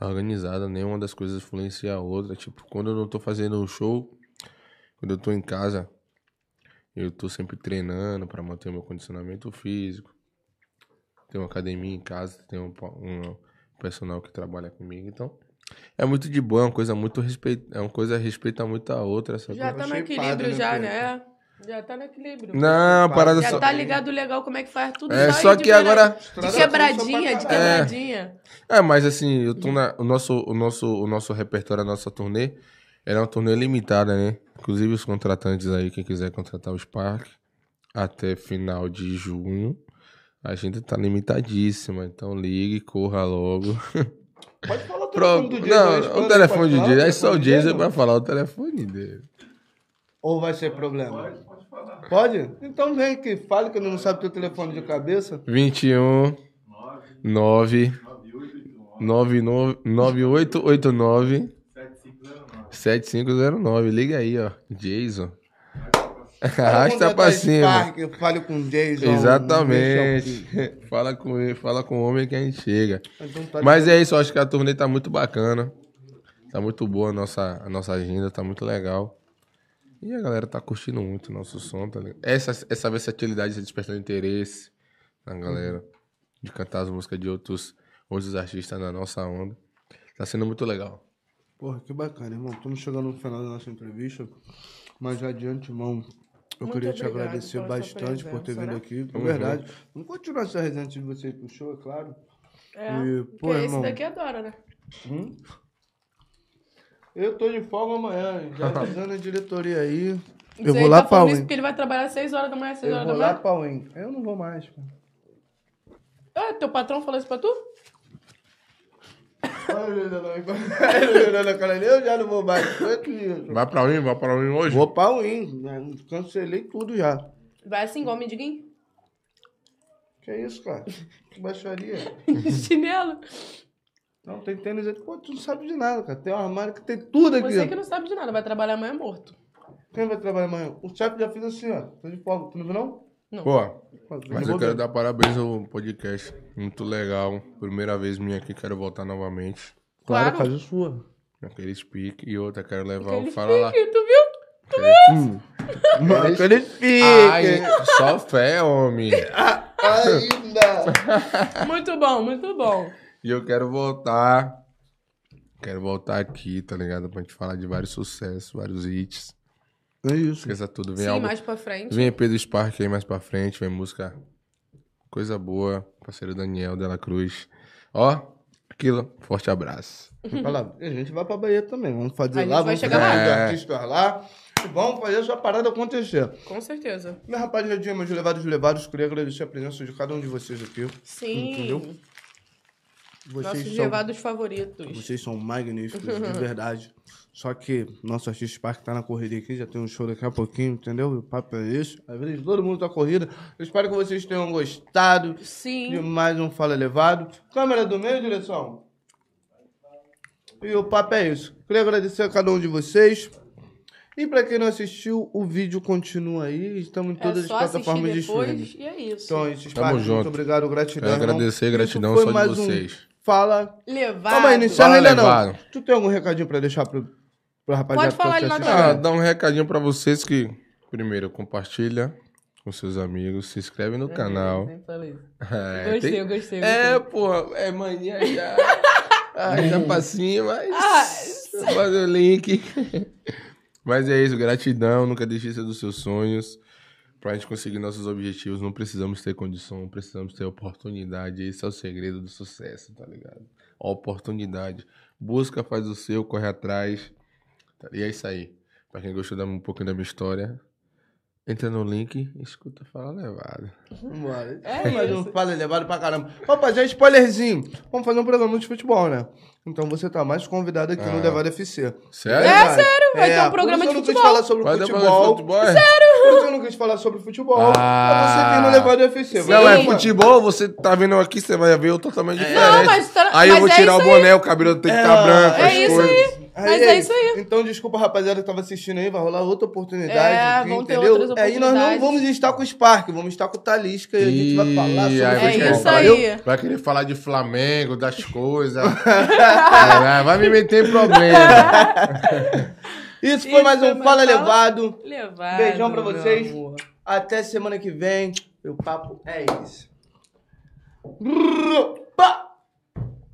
organizada. Nenhuma das coisas influencia a outra. Tipo, quando eu não tô fazendo um show, quando eu tô em casa, eu tô sempre treinando pra manter o meu condicionamento físico. Tenho uma academia em casa, tenho um, pa- um personal que trabalha comigo, então. É muito de boa, é uma coisa muito respeito, é uma coisa respeita muito a outra, sacou? Já tá no shapeado, equilíbrio, né, já, Pedro? né? Já tá no equilíbrio. Não, a parada Já só. tá ligado legal como é que faz tudo. É, aí só de que vera- agora. é De quebradinha, de quebradinha. É, mas assim, Hum. eu tô na, o, nosso, o, nosso, o nosso repertório, a nossa turnê, era uma turnê limitada, né? Inclusive os contratantes aí, quem quiser contratar o Spark, até final de junho, a gente tá limitadíssima. Então ligue, corra logo. Pode falar o É. Pro, telefone do Jason. aí, não, Spanda, o telefone pode do falar, né? o Jason, é só o telefone Jason dele. pra falar o telefone dele. Ou vai ser problema? Pode? Então vem aqui, fale que eu não sabe teu telefone de cabeça. 21 9 99 9889 7509. Liga aí, ó. Jason. Arrasta Pergunta pra da cima. Spark, fale com o Jason. Exatamente. Fala com ele, fala com o homem que a gente chega. Então tá Mas é isso, acho que a turnê tá muito bacana. Tá muito boa a nossa, a nossa agenda, tá muito legal. E a galera tá curtindo muito o nosso som, tá ligado? Essa, essa versatilidade tá despertando interesse na galera de cantar as músicas de outros, outros artistas na nossa onda. Tá sendo muito legal. Porra, que bacana, irmão. Estamos chegando no final da nossa entrevista, mas já de antemão, eu Muito queria te obrigado agradecer pela sua bastante por ter presença, vindo né? aqui. De Tamo verdade. Vamos continuar essa resenha antes de você ir pro show, é claro. É. E, pô, Porque esse irmão. daqui adora, né? Eu tô de folga amanhã, já avisando a diretoria aí. Isso Eu aí vou lá tá pra falando né? isso UEM. porque ele vai trabalhar 6 horas da manhã, 6 Eu horas da vou lá manhã. pra UEM. Eu não vou mais, cara. Ah, teu patrão falou isso pra tu? Olha ele olhando aí pra- ele olhando na cara dele, eu já não vou mais. Quanto isso? Vai pra mim, vai pra mim hoje. Vou pra UEM, né? cancelei tudo já. Vai assim, igual mendiguinho. Que é isso, cara? Que baixaria. Chinelo. Não, tem tênis aí. Pô, tu não sabe de nada, cara. Tem um armário que tem tudo aqui. Você é que não sabe de nada, vai trabalhar amanhã morto. Quem vai trabalhar amanhã? O chefe já fez assim, ó. Tô de folga. Tu não viu, não? um Pô, Pô, tu mas não eu quero viu? dar parabéns ao podcast. Muito legal. Primeira vez minha aqui, quero voltar novamente. Claro, Claro. casa sua. Naquele speak e outra, quero levar Aquele o Fala Lá. fique, tu viu? Mano, que ele Ai, fica. só fé, homem. Ainda. Muito bom, muito bom. E eu quero voltar. Quero voltar aqui, tá ligado? Pra gente falar de vários sucessos, vários hits. É isso. Esqueça tudo. Vem, Sim, álbum, mais pra frente. vem EP do Spark aí mais pra frente. Vem música. Coisa boa. Parceiro Daniel Dela Cruz. Ó, aquilo. Forte abraço. Vai lá. A gente vai pra Bahia também. Vamos fazer A gente lá, vai vamos chegar fazer lá. os É. artistas lá. E vamos fazer essa parada acontecer. Com certeza. Minha rapaziadinha, meus levados levados, queria agradecer a presença de cada um de vocês aqui. Sim. Entendeu? Vocês Nossos são levados favoritos. Vocês são magníficos, de verdade. Só que nosso artista Spark tá na corrida aqui, já tem um show daqui a pouquinho, entendeu? O papo é isso. Às vezes todo mundo tá corrida. Eu espero que vocês tenham gostado de Sim. mais um Fala Elevado. Câmera do meio, direção. E o papo é isso. Queria agradecer a cada um de vocês. E pra quem não assistiu, o vídeo continua aí. Estamos em É todas só as plataformas assistir de streaming. depois e é isso. Então é isso, Spark. Tamo muito junto. obrigado, gratidão. Quero irmão. agradecer, Isso gratidão foi só de mais um vocês. Fala Levado. Calma aí, não encerra Fala, ainda não. Levado. Tu tem algum recadinho pra deixar pro, pra rapaziada? Pode falar que tá ali na assiste? Ah, Obrigado. dá um recadinho pra vocês que, primeiro, compartilha com seus amigos, se inscreve Uhum. no canal. Sempre falei isso. É, Gostei, tem- eu gostei. É, gostei. porra, é mania já. Ah, já pra cima. Ah, Fazer o link. Mas é isso, gratidão, nunca desista dos seus sonhos. Pra gente conseguir nossos objetivos, não precisamos ter condição, precisamos ter oportunidade. Esse é o segredo do sucesso, tá ligado? Oportunidade. Busca, faz o seu, corre atrás. Tá- E é isso aí. Pra quem gostou da- um pouquinho da minha história, entra no link e escuta Fala Levada. Vambora. É Foi mais um isso. fala elevado pra caramba. Vamos fazer um spoilerzinho. Vamos fazer um programa de futebol, né? Então você tá mais convidado aqui no Ah. Levado FC. Sério? sério, É vai ter um programa de eu não quis futebol. falar sobre Vai dar pra É! futebol. futebol? Por isso é eu não quis falar sobre futebol. Ah. Pra você vir no Levado FC. Não, é Vai lá. futebol, você tá vendo aqui, você vai ver eu totalmente diferente. Não, mas tá- aí eu mas vou é tirar o isso boné, o cabelo tem que estar É, branco, é as isso coisas. Mas é isso aí. Então, desculpa, rapaziada, que tava assistindo aí. Vai rolar outra oportunidade. É, aqui, vão ter entendeu? outras Aí nós não oportunidades. vamos estar com o Spark, vamos estar com o Talisca e a gente vai falar sobre Ih, aí vai É querer isso falar- aí. Vai querer falar de Flamengo, das coisas. Caralho, vai me meter em problema. Isso foi Isso mais foi um Fala mais Fala- Levado. Levado. Beijão pra meu vocês. amor. Até semana que vem. E o papo é esse. Brrr, pá.